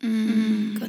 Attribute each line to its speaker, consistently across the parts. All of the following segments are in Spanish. Speaker 1: Contenido, Mm,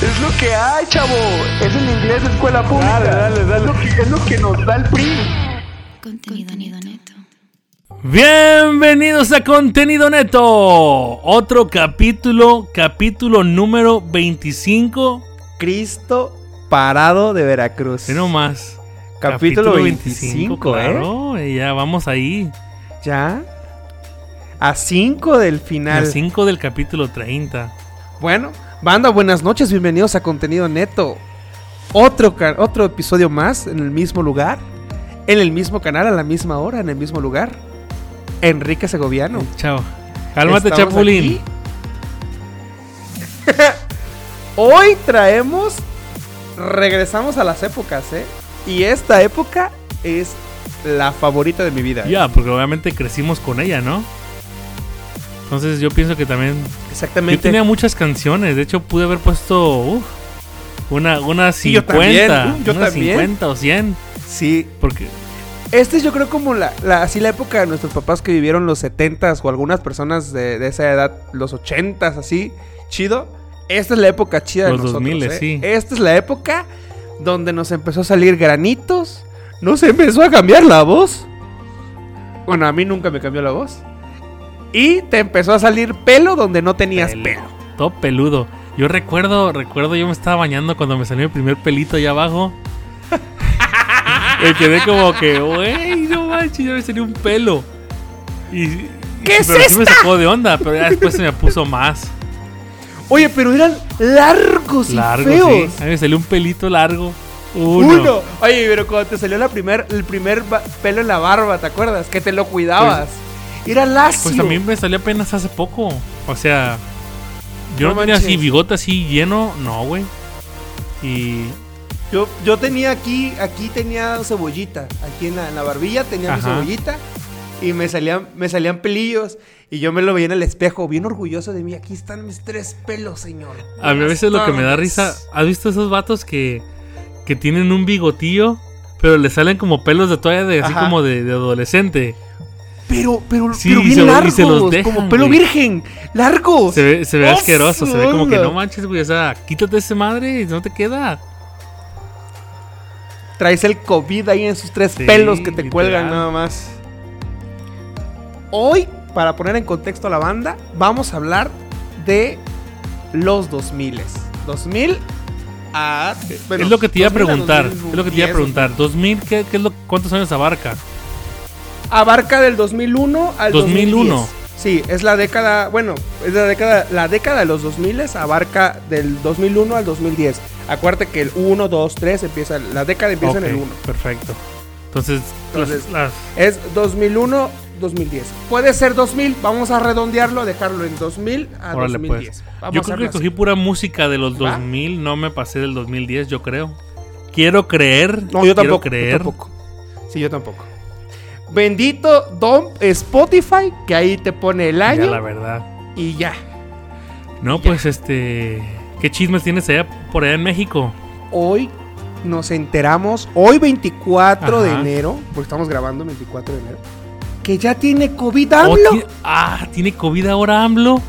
Speaker 2: Es lo que hay, chavo. Es en inglés escuela pública.
Speaker 3: dale, dale.
Speaker 2: Es lo que, es lo que nos da el PRI.
Speaker 1: Contenido, neto.
Speaker 4: Bienvenidos a Contenido Neto. Otro capítulo, capítulo número 25.
Speaker 5: Cristo parado de Veracruz.
Speaker 4: Y no más.
Speaker 5: Capítulo 25,
Speaker 4: claro, y ya vamos ahí.
Speaker 5: Ya. A 5 del final.
Speaker 4: Las 5 del capítulo 30.
Speaker 5: Bueno, banda, buenas noches, bienvenidos a Contenido Neto. Otro, ca- otro episodio más en el mismo lugar, en el mismo canal, a la misma hora, en el mismo lugar. Enrique Segoviano.
Speaker 4: Chao. Cálmate,
Speaker 5: Estamos
Speaker 4: Chapulín.
Speaker 5: aquí. Hoy traemos. Regresamos a las épocas, ¿eh? Y esta época es la favorita de mi vida.
Speaker 4: Ya, porque obviamente crecimos con ella, ¿no? Entonces yo pienso que también... Yo
Speaker 5: Exactamente.
Speaker 4: tenía muchas canciones. De hecho, pude haber puesto... uf, una, unas
Speaker 5: Sí, yo
Speaker 4: 50.
Speaker 5: también, uh, yo
Speaker 4: unas
Speaker 5: también.
Speaker 4: 50 o 100.
Speaker 5: Sí.
Speaker 4: Porque...
Speaker 5: Este es yo creo como la, la- así la época de nuestros papás que vivieron los 70s o algunas personas de, de esa edad, los 80s, así. Chido. Esta es la época chida
Speaker 4: Los
Speaker 5: de nosotros.
Speaker 4: 2000s,
Speaker 5: ¿eh?
Speaker 4: sí.
Speaker 5: Esta es la época donde nos empezó a salir granitos. Nos empezó a cambiar la voz. Bueno, a mí nunca me cambió la voz. Y te empezó a salir pelo donde no tenías
Speaker 4: Pelo.
Speaker 5: pelo.
Speaker 4: Todo peludo. Yo recuerdo, recuerdo, yo me estaba bañando cuando me salió el primer pelito allá abajo. me quedé como que, wey, no manches, ya me salió un pelo. Y, y-
Speaker 5: ¿Qué es
Speaker 4: pero sí me sacó de onda, pero ya después se me puso más
Speaker 5: Oye, pero eran largos y
Speaker 4: largo,
Speaker 5: feos.
Speaker 4: sí. A mí me salió un pelito largo. Uno.
Speaker 5: Uno. Oye, pero cuando te salió la primer, el primer ba- pelo en la barba, ¿te acuerdas? Que te lo cuidabas. Era lacio.
Speaker 4: Pues también me salió apenas hace poco. O sea, yo no,
Speaker 5: No
Speaker 4: tenía así
Speaker 5: manches.
Speaker 4: bigote así lleno, no, güey. Y
Speaker 5: Yo, yo tenía aquí, aquí tenía cebollita. Aquí en la, en la barbilla tenía mi
Speaker 4: Ajá.
Speaker 5: cebollita. Y me salían, me salían pelillos. Y yo me lo veía en el espejo, bien orgulloso de mí. Aquí están mis tres pelos, señor.
Speaker 4: A mí a veces lo que me da risa, ¿has visto esos vatos que, que tienen un bigotillo, pero le salen como pelos de toalla de así
Speaker 5: Ajá.
Speaker 4: como de, de adolescente?
Speaker 5: Pero, pero,
Speaker 4: Sí,
Speaker 5: pero
Speaker 4: y
Speaker 5: bien
Speaker 4: se lo- y
Speaker 5: largos.
Speaker 4: se los dejan,
Speaker 5: como pelo
Speaker 4: güey.
Speaker 5: virgen. Largos.
Speaker 4: Se ve, se ve
Speaker 5: ¡Oh,
Speaker 4: asqueroso, se ve como que
Speaker 5: hola!
Speaker 4: no manches, güey, o sea, quítate ese madre, no te queda.
Speaker 5: Traes el COVID ahí en sus tres
Speaker 4: Sí,
Speaker 5: pelos que te
Speaker 4: literal.
Speaker 5: cuelgan nada más. Hoy, para poner en contexto a la banda, vamos a hablar de los 2000. 2000 a... bueno,
Speaker 4: Eh, es lo que te iba a
Speaker 5: 2000
Speaker 4: preguntar, es lo que te iba a
Speaker 5: 2010.
Speaker 4: preguntar. 2000, ¿qué, qué es lo, ¿cuántos años abarca?
Speaker 5: Abarca del 2001 al
Speaker 4: 2001.
Speaker 5: 2010. Sí, es la década, bueno, es la década, la década de los 2000 abarca del 2001 al 2010. Acuérdate que el 1, 2, 3 empieza, la década empieza en el
Speaker 4: Ok,
Speaker 5: 1.
Speaker 4: Perfecto. Entonces, las-
Speaker 5: Entonces,
Speaker 4: las-
Speaker 5: Es 2001, 2010. Puede ser 2000, vamos a redondearlo, dejarlo en 2000 a
Speaker 4: órale,
Speaker 5: 2010.
Speaker 4: pues.
Speaker 5: Vamos
Speaker 4: Yo
Speaker 5: a
Speaker 4: creo
Speaker 5: hacerlo
Speaker 4: que
Speaker 5: así.
Speaker 4: cogí pura música de los
Speaker 5: ¿Va?
Speaker 4: 2000, no me pasé del 2010, yo creo. Quiero creer.
Speaker 5: No, yo
Speaker 4: quiero
Speaker 5: tampoco, yo
Speaker 4: creer.
Speaker 5: tampoco. Sí, yo tampoco. Bendito Don Spotify, que ahí te pone el
Speaker 4: Ya
Speaker 5: año
Speaker 4: la verdad.
Speaker 5: y ya.
Speaker 4: No,
Speaker 5: Ya.
Speaker 4: pues este. ¿Qué chismes tienes allá por allá en México?
Speaker 5: Hoy nos enteramos, hoy 24 de
Speaker 4: Ajá.
Speaker 5: enero, porque estamos grabando el 24 de enero, que ya tiene COVID
Speaker 4: Oh,
Speaker 5: AMLO.
Speaker 4: ti- ah, tiene COVID ahora AMLO.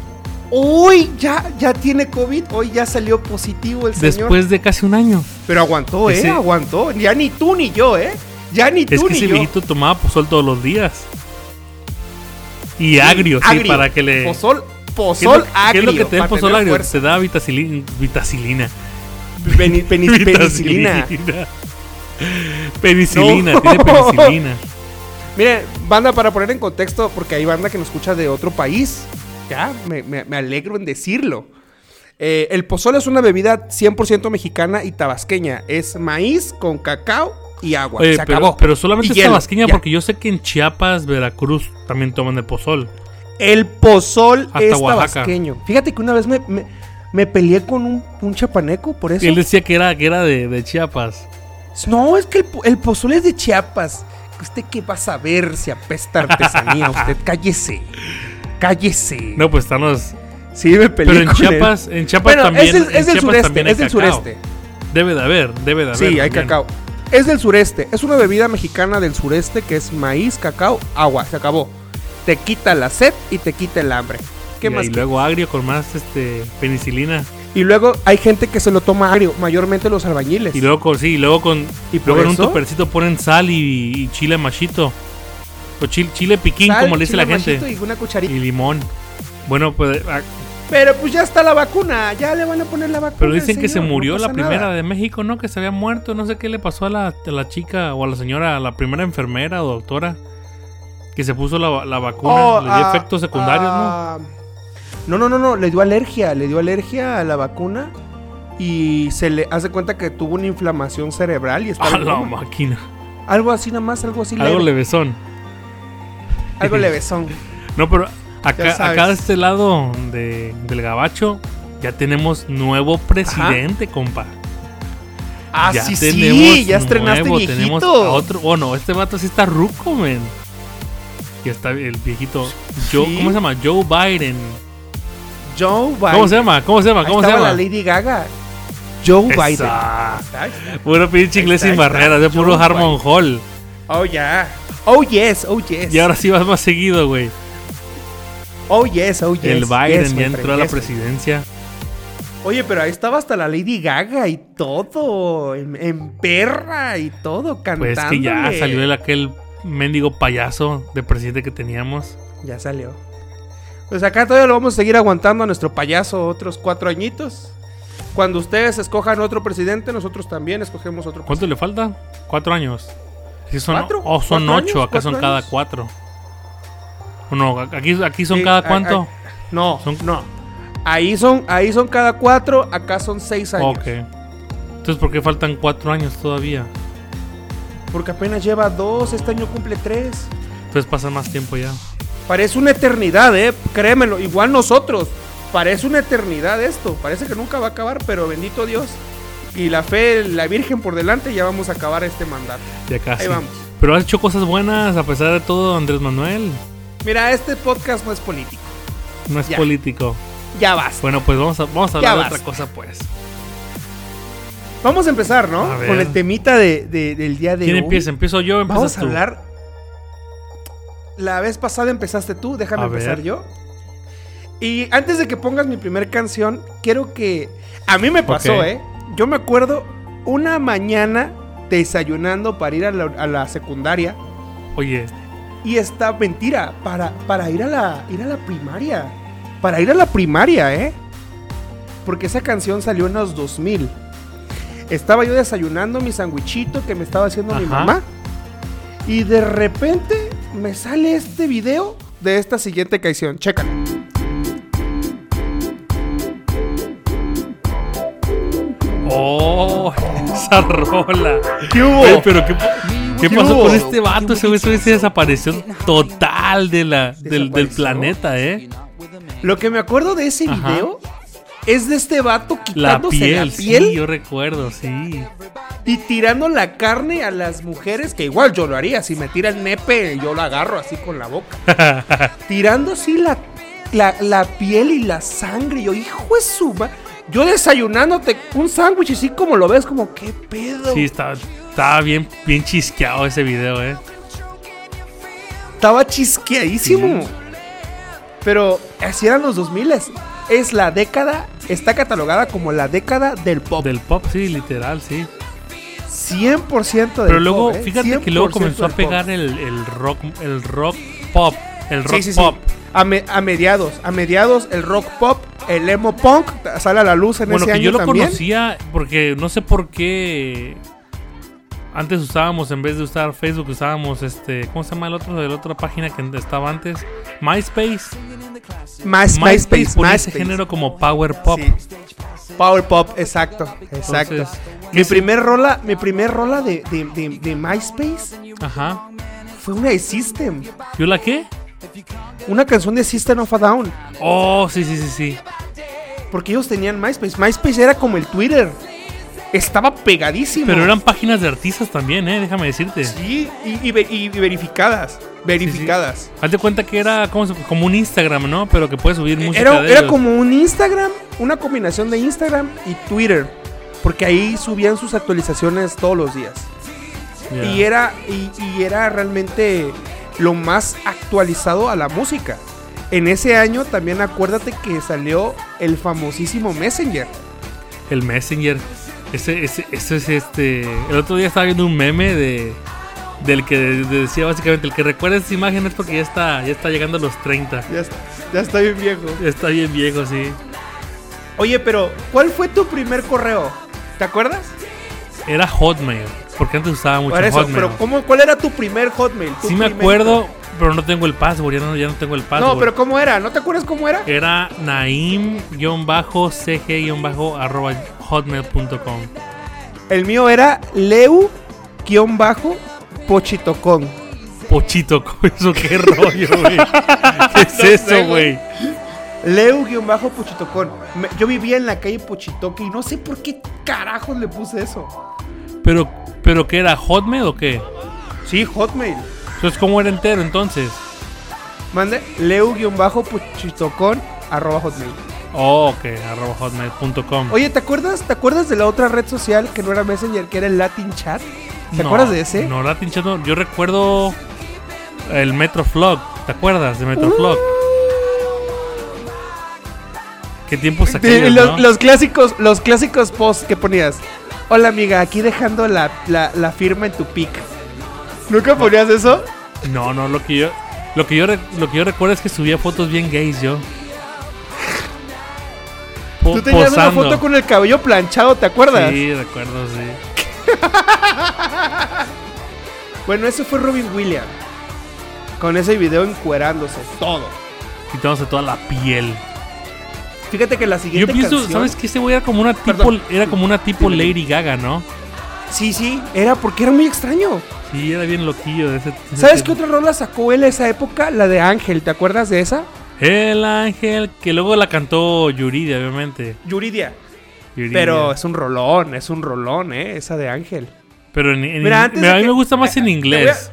Speaker 5: Hoy ya, ya tiene COVID, hoy ya salió positivo el señor.
Speaker 4: Después de casi un año.
Speaker 5: Pero aguantó, ¿eh?
Speaker 4: Ese-
Speaker 5: Aguantó. Ya ni tú ni yo, ¿eh? Ya ni
Speaker 4: Es
Speaker 5: tú
Speaker 4: que
Speaker 5: ni
Speaker 4: ese
Speaker 5: yo.
Speaker 4: viejito tomaba pozol todos los días. Y agrio, sí,
Speaker 5: agrio.
Speaker 4: para que le.
Speaker 5: Pozol,
Speaker 4: ¿Qué es lo-
Speaker 5: pozol agrio.
Speaker 4: ¿Qué es lo que te da
Speaker 5: para
Speaker 4: pozol
Speaker 5: tener
Speaker 4: agrio?
Speaker 5: fuerza.
Speaker 4: Te da vitacilina. Vitacilina.
Speaker 5: Peni- peni- penicilina.
Speaker 4: Vitacilina. Penicilina,
Speaker 5: No.
Speaker 4: tiene penicilina.
Speaker 5: Miren, banda, para poner en contexto, porque hay banda que nos escucha de otro país. Ya, me, me- me alegro en decirlo. Eh, el pozol es una bebida 100% mexicana y tabasqueña. Es maíz con cacao y agua.
Speaker 4: Oye,
Speaker 5: Se
Speaker 4: pero,
Speaker 5: acabó.
Speaker 4: pero solamente
Speaker 5: Y
Speaker 4: es
Speaker 5: hielo,
Speaker 4: tabasqueña
Speaker 5: ya.
Speaker 4: porque yo sé que en Chiapas, Veracruz también toman el pozol.
Speaker 5: El pozol
Speaker 4: Hasta
Speaker 5: es
Speaker 4: Oaxaca.
Speaker 5: tabasqueño. Fíjate que una vez me, me- me peleé con un, un chapaneco por eso.
Speaker 4: Él decía que era, que era de, de Chiapas.
Speaker 5: No, es que el, po- el pozole es de Chiapas. ¿Usted qué va a saber si apesta artesanía? Usted cállese. Cállese.
Speaker 4: No, pues estamos.
Speaker 5: sí, me peleé
Speaker 4: Pero en
Speaker 5: con él.
Speaker 4: Chiapas, en Chiapas
Speaker 5: Bueno,
Speaker 4: también.
Speaker 5: es del,
Speaker 4: en
Speaker 5: es del
Speaker 4: Chiapas también
Speaker 5: sureste,
Speaker 4: hay
Speaker 5: es del
Speaker 4: cacao.
Speaker 5: sureste.
Speaker 4: Debe de haber, debe de haber.
Speaker 5: Sí, hay
Speaker 4: también.
Speaker 5: cacao. Es del sureste. Es una bebida mexicana del sureste que es maíz, cacao, agua. Se acabó. Te quita la sed y te quita el hambre. ¿Qué
Speaker 4: y,
Speaker 5: más?
Speaker 4: Y
Speaker 5: quieres?
Speaker 4: luego agrio con más este penicilina.
Speaker 5: Y luego hay gente que se lo toma agrio, mayormente los albañiles.
Speaker 4: Y luego con, sí, y luego con.
Speaker 5: ¿Y
Speaker 4: luego
Speaker 5: por
Speaker 4: en un
Speaker 5: eso?
Speaker 4: topercito ponen sal y, y chile machito. O chil- chile piquín,
Speaker 5: Sal,
Speaker 4: como le dice
Speaker 5: chile
Speaker 4: la gente.
Speaker 5: machito Y una cucharita.
Speaker 4: Y limón. Bueno, pues. ah,
Speaker 5: Pero pues ya está la vacuna, ya le van a poner la vacuna.
Speaker 4: Pero dicen que se
Speaker 5: señor, no
Speaker 4: murió la
Speaker 5: pasa
Speaker 4: primera
Speaker 5: nada.
Speaker 4: de México, ¿no? Que se había muerto. No sé qué le pasó a la, a la chica o a la señora, a la primera enfermera o doctora. Que se puso la, la vacuna.
Speaker 5: Oh,
Speaker 4: le dio
Speaker 5: ah,
Speaker 4: efectos secundarios,
Speaker 5: ah, No, no, no, no, le dio alergia, le dio alergia a la vacuna y se le hace cuenta que tuvo una inflamación cerebral y
Speaker 4: ¿no?
Speaker 5: estaba
Speaker 4: A
Speaker 5: en
Speaker 4: la
Speaker 5: coma.
Speaker 4: máquina.
Speaker 5: algo así nada más, algo así
Speaker 4: Algo
Speaker 5: leve,
Speaker 4: levesón.
Speaker 5: algo levesón.
Speaker 4: No, pero
Speaker 5: Ya
Speaker 4: acá,
Speaker 5: sabes.
Speaker 4: acá de este lado de- del gabacho ya tenemos nuevo presidente, compa.
Speaker 5: Ah,
Speaker 4: Ya
Speaker 5: sí,
Speaker 4: tenemos
Speaker 5: sí, ya estrenaste
Speaker 4: nuevo, tenemos a
Speaker 5: viejito.
Speaker 4: otro, bueno, este vato sí está ruco, men. Ya está el viejito. Joe,
Speaker 5: Sí.
Speaker 4: ¿Cómo se llama? Joe Biden.
Speaker 5: Joe Biden.
Speaker 4: ¿Cómo se llama? ¿Cómo se llama?
Speaker 5: Ahí
Speaker 4: ¿Cómo se
Speaker 5: estaba
Speaker 4: llama?
Speaker 5: la Lady Gaga. Joe
Speaker 4: Esa.
Speaker 5: Biden. Ahí está, ahí está.
Speaker 4: Puro pinche inglés
Speaker 5: Ahí
Speaker 4: sin
Speaker 5: está, ahí está.
Speaker 4: barreras, de puro
Speaker 5: Joe
Speaker 4: Harmon Hall.
Speaker 5: Oh, ya. Oh, yes, oh, yes.
Speaker 4: Y ahora sí vas más seguido, güey.
Speaker 5: Oh, yes, oh, yes.
Speaker 4: el Biden
Speaker 5: yes, my
Speaker 4: ya entró
Speaker 5: friend,
Speaker 4: a la
Speaker 5: yes, my
Speaker 4: presidencia.
Speaker 5: Oye, pero ahí estaba hasta la Lady Gaga y todo, en, en perra y todo, cantando.
Speaker 4: Pues que ya salió el aquel mendigo payaso de presidente que teníamos.
Speaker 5: Ya salió. Pues acá todavía lo vamos a seguir aguantando a nuestro payaso otros cuatro añitos. Cuando ustedes escojan otro presidente, nosotros también escogemos otro
Speaker 4: ¿Cuánto le falta? Cuatro años. Sí, son,
Speaker 5: ¿Cuatro?
Speaker 4: oh, son
Speaker 5: ¿Cuatro
Speaker 4: ocho,
Speaker 5: años?
Speaker 4: acá son
Speaker 5: ¿Cuatro
Speaker 4: cada
Speaker 5: años?
Speaker 4: cuatro. No, aquí, aquí son
Speaker 5: Sí,
Speaker 4: cada
Speaker 5: a-
Speaker 4: cuánto.
Speaker 5: a- No,
Speaker 4: Son-
Speaker 5: no. Ahí son, ahí son cada cuatro, acá son seis años.
Speaker 4: ok. Entonces, ¿por qué faltan cuatro años todavía?
Speaker 5: Porque apenas lleva dos, este año cumple tres.
Speaker 4: Entonces pasa más tiempo ya.
Speaker 5: Parece una eternidad, eh. Créemelo, igual nosotros. Parece una eternidad esto. Parece que nunca va a acabar, pero bendito Dios. Y la fe, la Virgen por delante, ya vamos a acabar este mandato.
Speaker 4: Ya casi.
Speaker 5: Ahí vamos.
Speaker 4: Pero has hecho cosas buenas a pesar de todo, Andrés Manuel.
Speaker 5: Mira, este podcast no es político.
Speaker 4: No es
Speaker 5: Ya.
Speaker 4: político.
Speaker 5: Ya vas.
Speaker 4: Bueno, pues vamos a, vamos a hablar
Speaker 5: Ya
Speaker 4: de
Speaker 5: basta.
Speaker 4: otra cosa, pues.
Speaker 5: Vamos a empezar, ¿no?
Speaker 4: A ver.
Speaker 5: Con el temita de- de- del día de
Speaker 4: ¿Quién
Speaker 5: hoy.
Speaker 4: empieza? ¿Empiezo yo? o ¿Empiezas
Speaker 5: Vamos a
Speaker 4: tú?
Speaker 5: hablar. La vez pasada empezaste tú, déjame
Speaker 4: A
Speaker 5: empezar
Speaker 4: ver.
Speaker 5: yo. Y antes de que pongas mi primer canción, quiero que. A mí me pasó,
Speaker 4: Ok.
Speaker 5: ¿eh? Yo me acuerdo una mañana desayunando para ir a la, a la secundaria.
Speaker 4: Oye, este.
Speaker 5: Y esta mentira, para, para ir, a la, ir a la primaria. Para ir a la primaria, ¿eh? Porque esa canción salió en los 2000. Estaba yo desayunando mi sandwichito que me estaba haciendo mi
Speaker 4: Ajá.
Speaker 5: mamá. Y de repente me sale este video de esta siguiente canción. Chécala.
Speaker 4: ¡Oh! Esa rola.
Speaker 5: ¿Qué hubo?
Speaker 4: Oye, pero ¿qué, qué
Speaker 5: ¿Qué
Speaker 4: pasó
Speaker 5: hubo?
Speaker 4: con este vato? Ese güey ese güey se desapareció total de la, del, del
Speaker 5: ¿Desapareció?
Speaker 4: planeta, ¿eh?
Speaker 5: Lo que me acuerdo de ese
Speaker 4: Ajá.
Speaker 5: video es de este vato
Speaker 4: La
Speaker 5: quitándose
Speaker 4: piel,
Speaker 5: la piel
Speaker 4: sí, yo recuerdo, sí.
Speaker 5: y tirando la carne a las mujeres, que igual yo lo haría, si me tira el nepe, yo lo agarro así con la boca. tirando así la, la, la piel y la sangre, yo, hijo de su ma-". Yo desayunándote un sándwich así como lo ves, como, ¿qué pedo?
Speaker 4: Sí, estaba, estaba bien, bien chisqueado ese video, ¿eh?
Speaker 5: Estaba chisqueadísimo. Pero así eran los 2000 es la década, está catalogada como la década del pop.
Speaker 4: Del pop, sí, literal, sí.
Speaker 5: 100% del pop.
Speaker 4: Pero luego,
Speaker 5: ¿eh?
Speaker 4: fíjate que luego
Speaker 5: 100%
Speaker 4: comenzó a
Speaker 5: del pop.
Speaker 4: pegar el, el rock, el rock pop, el rock
Speaker 5: Sí, sí, sí.
Speaker 4: pop.
Speaker 5: A, me- a mediados, a mediados el rock pop, el emo punk t- sale a la luz en
Speaker 4: Bueno,
Speaker 5: ese
Speaker 4: que
Speaker 5: año
Speaker 4: yo lo
Speaker 5: también.
Speaker 4: conocía porque no sé por qué antes usábamos, en vez de usar Facebook, usábamos este, ¿cómo se llama el otro? De la otra página que estaba antes, MySpace.
Speaker 5: Más- MySpace,
Speaker 4: ponía
Speaker 5: MySpace,
Speaker 4: ese género como power pop.
Speaker 5: Sí. Power pop, exacto, exacto.
Speaker 4: Entonces,
Speaker 5: mi
Speaker 4: ese-
Speaker 5: primer rola, mi primer rola de, de, de- de MySpace
Speaker 4: Ajá.
Speaker 5: fue una de System,
Speaker 4: ¿Yo la qué?
Speaker 5: una canción de System of a Down,
Speaker 4: Oh, sí, sí, sí, sí.
Speaker 5: porque ellos tenían MySpace. MySpace era como el Twitter. estaba pegadísimo.
Speaker 4: Pero eran páginas de artistas también, ¿eh? Déjame decirte.
Speaker 5: Sí, y, y ve- y verificadas. Verificadas.
Speaker 4: Haz de cuenta que era como, se- como un Instagram, ¿no? Pero que puedes subir música
Speaker 5: Eh, Era,
Speaker 4: de
Speaker 5: era
Speaker 4: ellos.
Speaker 5: como un Instagram, una combinación de Instagram y Twitter. Porque ahí subían sus actualizaciones todos los días.
Speaker 4: Ya.
Speaker 5: Y, era, y, y era realmente lo más actualizado a la música. En ese año también acuérdate que salió el famosísimo Messenger.
Speaker 4: El Messenger. Ese, ese, ese es este. El otro día estaba viendo un meme de. Del que de- de- decía básicamente, el que recuerda esta imagen es porque ya está, ya está llegando a los 30.
Speaker 5: Ya, ya está bien viejo.
Speaker 4: Está bien viejo, sí.
Speaker 5: Oye, pero ¿cuál fue tu primer correo? ¿Te acuerdas?
Speaker 4: Era Hotmail, porque antes usaba mucho
Speaker 5: Por eso,
Speaker 4: Hotmail.
Speaker 5: pero ¿cómo, ¿cuál era tu primer Hotmail? Tu
Speaker 4: sí me
Speaker 5: primerito.
Speaker 4: acuerdo, pero no tengo el password, ya no, ya no tengo el password. Eh.
Speaker 5: No, pero ¿cómo era? ¿No te acuerdas cómo era?
Speaker 4: Era naim-cg-hotmail.com.
Speaker 5: El mío era leu-pochitocón.
Speaker 4: Pochito, eso qué rollo, güey. ¿Qué es
Speaker 5: No sé,
Speaker 4: eso,
Speaker 5: güey.
Speaker 4: güey?
Speaker 5: Leu-pochitocón. Me- Yo vivía en la calle Pochitoque y no sé por qué carajos le puse eso.
Speaker 4: Pero, pero ¿qué era? ¿Hotmail o qué?
Speaker 5: Sí, Hotmail.
Speaker 4: Entonces, ¿cómo era entero entonces?
Speaker 5: Mande leu-pochitocón arroba Hotmail.
Speaker 4: Oh, ok, arroba hotmail.com.
Speaker 5: Oye, ¿te acuerdas, ¿te acuerdas de la otra red social que no era Messenger, que era el Latin Chat? ¿Te
Speaker 4: No,
Speaker 5: acuerdas de ese?
Speaker 4: No, Latin Chat no. Yo recuerdo el Metroflog. ¿Te acuerdas de
Speaker 5: Uh.
Speaker 4: Metroflog? ¿Qué tiempos
Speaker 5: De-
Speaker 4: Pues aquellos,
Speaker 5: los,
Speaker 4: no?
Speaker 5: los clásicos, los clásicos posts que ponías. Hola amiga, aquí dejando la, la- la firma en tu pic.
Speaker 4: Ah.
Speaker 5: ¿Nunca ponías eso?
Speaker 4: No, no, lo que yo... Lo que, yo, re- lo que yo recuerdo es que subía fotos bien gays yo. Po-
Speaker 5: Tú tenías
Speaker 4: posando.
Speaker 5: una foto con el cabello planchado, ¿te acuerdas?
Speaker 4: Sí, recuerdo, sí.
Speaker 5: Bueno, ese fue Robin Williams. Con ese video encuerándose. Todo.
Speaker 4: Quitándose toda la piel.
Speaker 5: Fíjate que la
Speaker 4: Yo
Speaker 5: siguiente
Speaker 4: pienso,
Speaker 5: este canción-
Speaker 4: ¿sabes qué? Ese güey era como una tipo,
Speaker 5: Perdón.
Speaker 4: era como una tipo
Speaker 5: Dime, dime.
Speaker 4: Lady Gaga, ¿no?
Speaker 5: Sí, sí, era porque era muy extraño.
Speaker 4: Sí, era bien loquillo de ese. ese
Speaker 5: ¿Sabes qué
Speaker 4: tipo.
Speaker 5: otra rola sacó él a esa época? La de Ángel, ¿te acuerdas de esa?
Speaker 4: El ángel, que luego la cantó Yuridia, obviamente.
Speaker 5: Yuridia.
Speaker 4: Yuridia.
Speaker 5: Pero es un rolón, es un rolón, ¿eh? Esa de Ángel.
Speaker 4: Pero en, en-
Speaker 5: Mira, antes
Speaker 4: pero a
Speaker 5: de
Speaker 4: mí
Speaker 5: que-
Speaker 4: me gusta más en
Speaker 5: te voy a-
Speaker 4: inglés.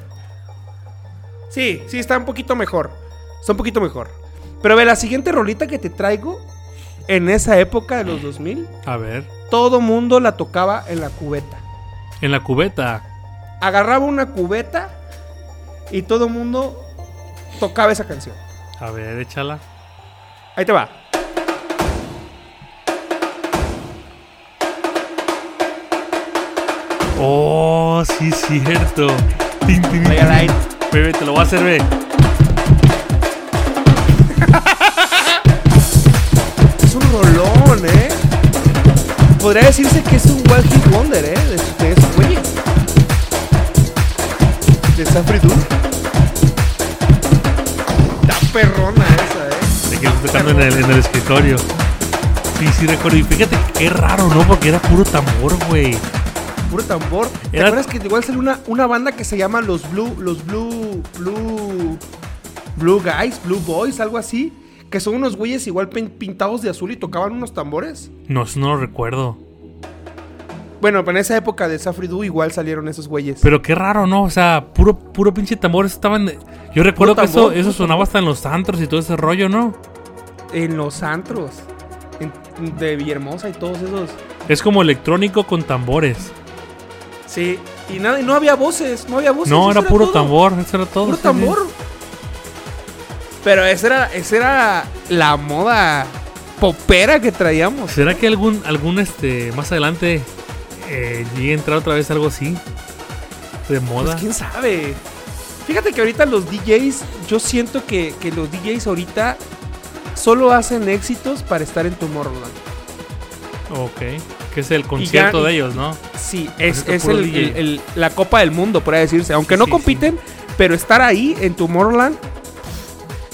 Speaker 5: Sí, sí, está un poquito mejor. Está un poquito mejor. Pero ve, la siguiente rolita que te traigo, en esa época de los 2000,
Speaker 4: A ver,
Speaker 5: todo mundo la tocaba en la cubeta.
Speaker 4: en la cubeta.
Speaker 5: Agarraba una cubeta y todo mundo tocaba esa canción.
Speaker 4: A ver, échala.
Speaker 5: Ahí te va.
Speaker 4: Oh, sí, es cierto. Tin, tin, tin,
Speaker 5: Pégala ahí.
Speaker 4: tin. Bebé, te lo voy a hacer, ve.
Speaker 5: Es un rolón, ¿eh? Podría decirse que es un One Hit Wonder, ¿eh? De su de su güey. De Safri Dude. Está perrona esa, ¿eh?
Speaker 4: De que lo estoy tocando en el, en el escritorio. Sí, sí, recuerdo. Y fíjate que qué raro, ¿no? Porque era puro tambor, güey.
Speaker 5: Puro tambor. ¿Te
Speaker 4: Era-
Speaker 5: acuerdas que igual salió una, una banda que se llama los Blue. Los Blue. Blue. Blue Guys, Blue Boys, algo así. Que son unos güeyes igual pin- pintados de azul y tocaban unos tambores.
Speaker 4: No, eso no lo recuerdo.
Speaker 5: Bueno, pero en esa época de Safri Dude igual salieron esos güeyes.
Speaker 4: Pero qué raro, ¿no? O sea, puro, puro pinche tambor. eso Estaban. Yo recuerdo que
Speaker 5: tambor,
Speaker 4: eso, eso
Speaker 5: puro
Speaker 4: sonaba hasta en los antros y todo ese rollo, ¿no?
Speaker 5: En los antros. en- de Villahermosa y todos esos.
Speaker 4: Es como electrónico con tambores.
Speaker 5: Sí. Y nada, y no había voces, no había voces.
Speaker 4: no,
Speaker 5: Pues eso
Speaker 4: era puro
Speaker 5: todo,
Speaker 4: tambor, eso era todo.
Speaker 5: Puro
Speaker 4: sí,
Speaker 5: tambor. Pero esa era, esa era la moda popera que
Speaker 4: sí.
Speaker 5: traíamos.
Speaker 4: ¿Será que algún, algún este, más adelante eh, llegue a entrar otra vez algo así? De moda.
Speaker 5: Pues quién sabe. Fíjate que ahorita los DJs, yo siento que, que los DJs ahorita solo hacen éxitos para estar en Tomorrowland.
Speaker 4: ok. Que es el concierto
Speaker 5: ya-
Speaker 4: de ellos, ¿no?
Speaker 5: Sí, es,
Speaker 4: Concierto
Speaker 5: es
Speaker 4: puro
Speaker 5: el-
Speaker 4: DJ.
Speaker 5: el- el- la Copa del Mundo, por ahí decirse. Aunque
Speaker 4: Sí,
Speaker 5: no
Speaker 4: sí,
Speaker 5: compiten, pero estar ahí en Tomorrowland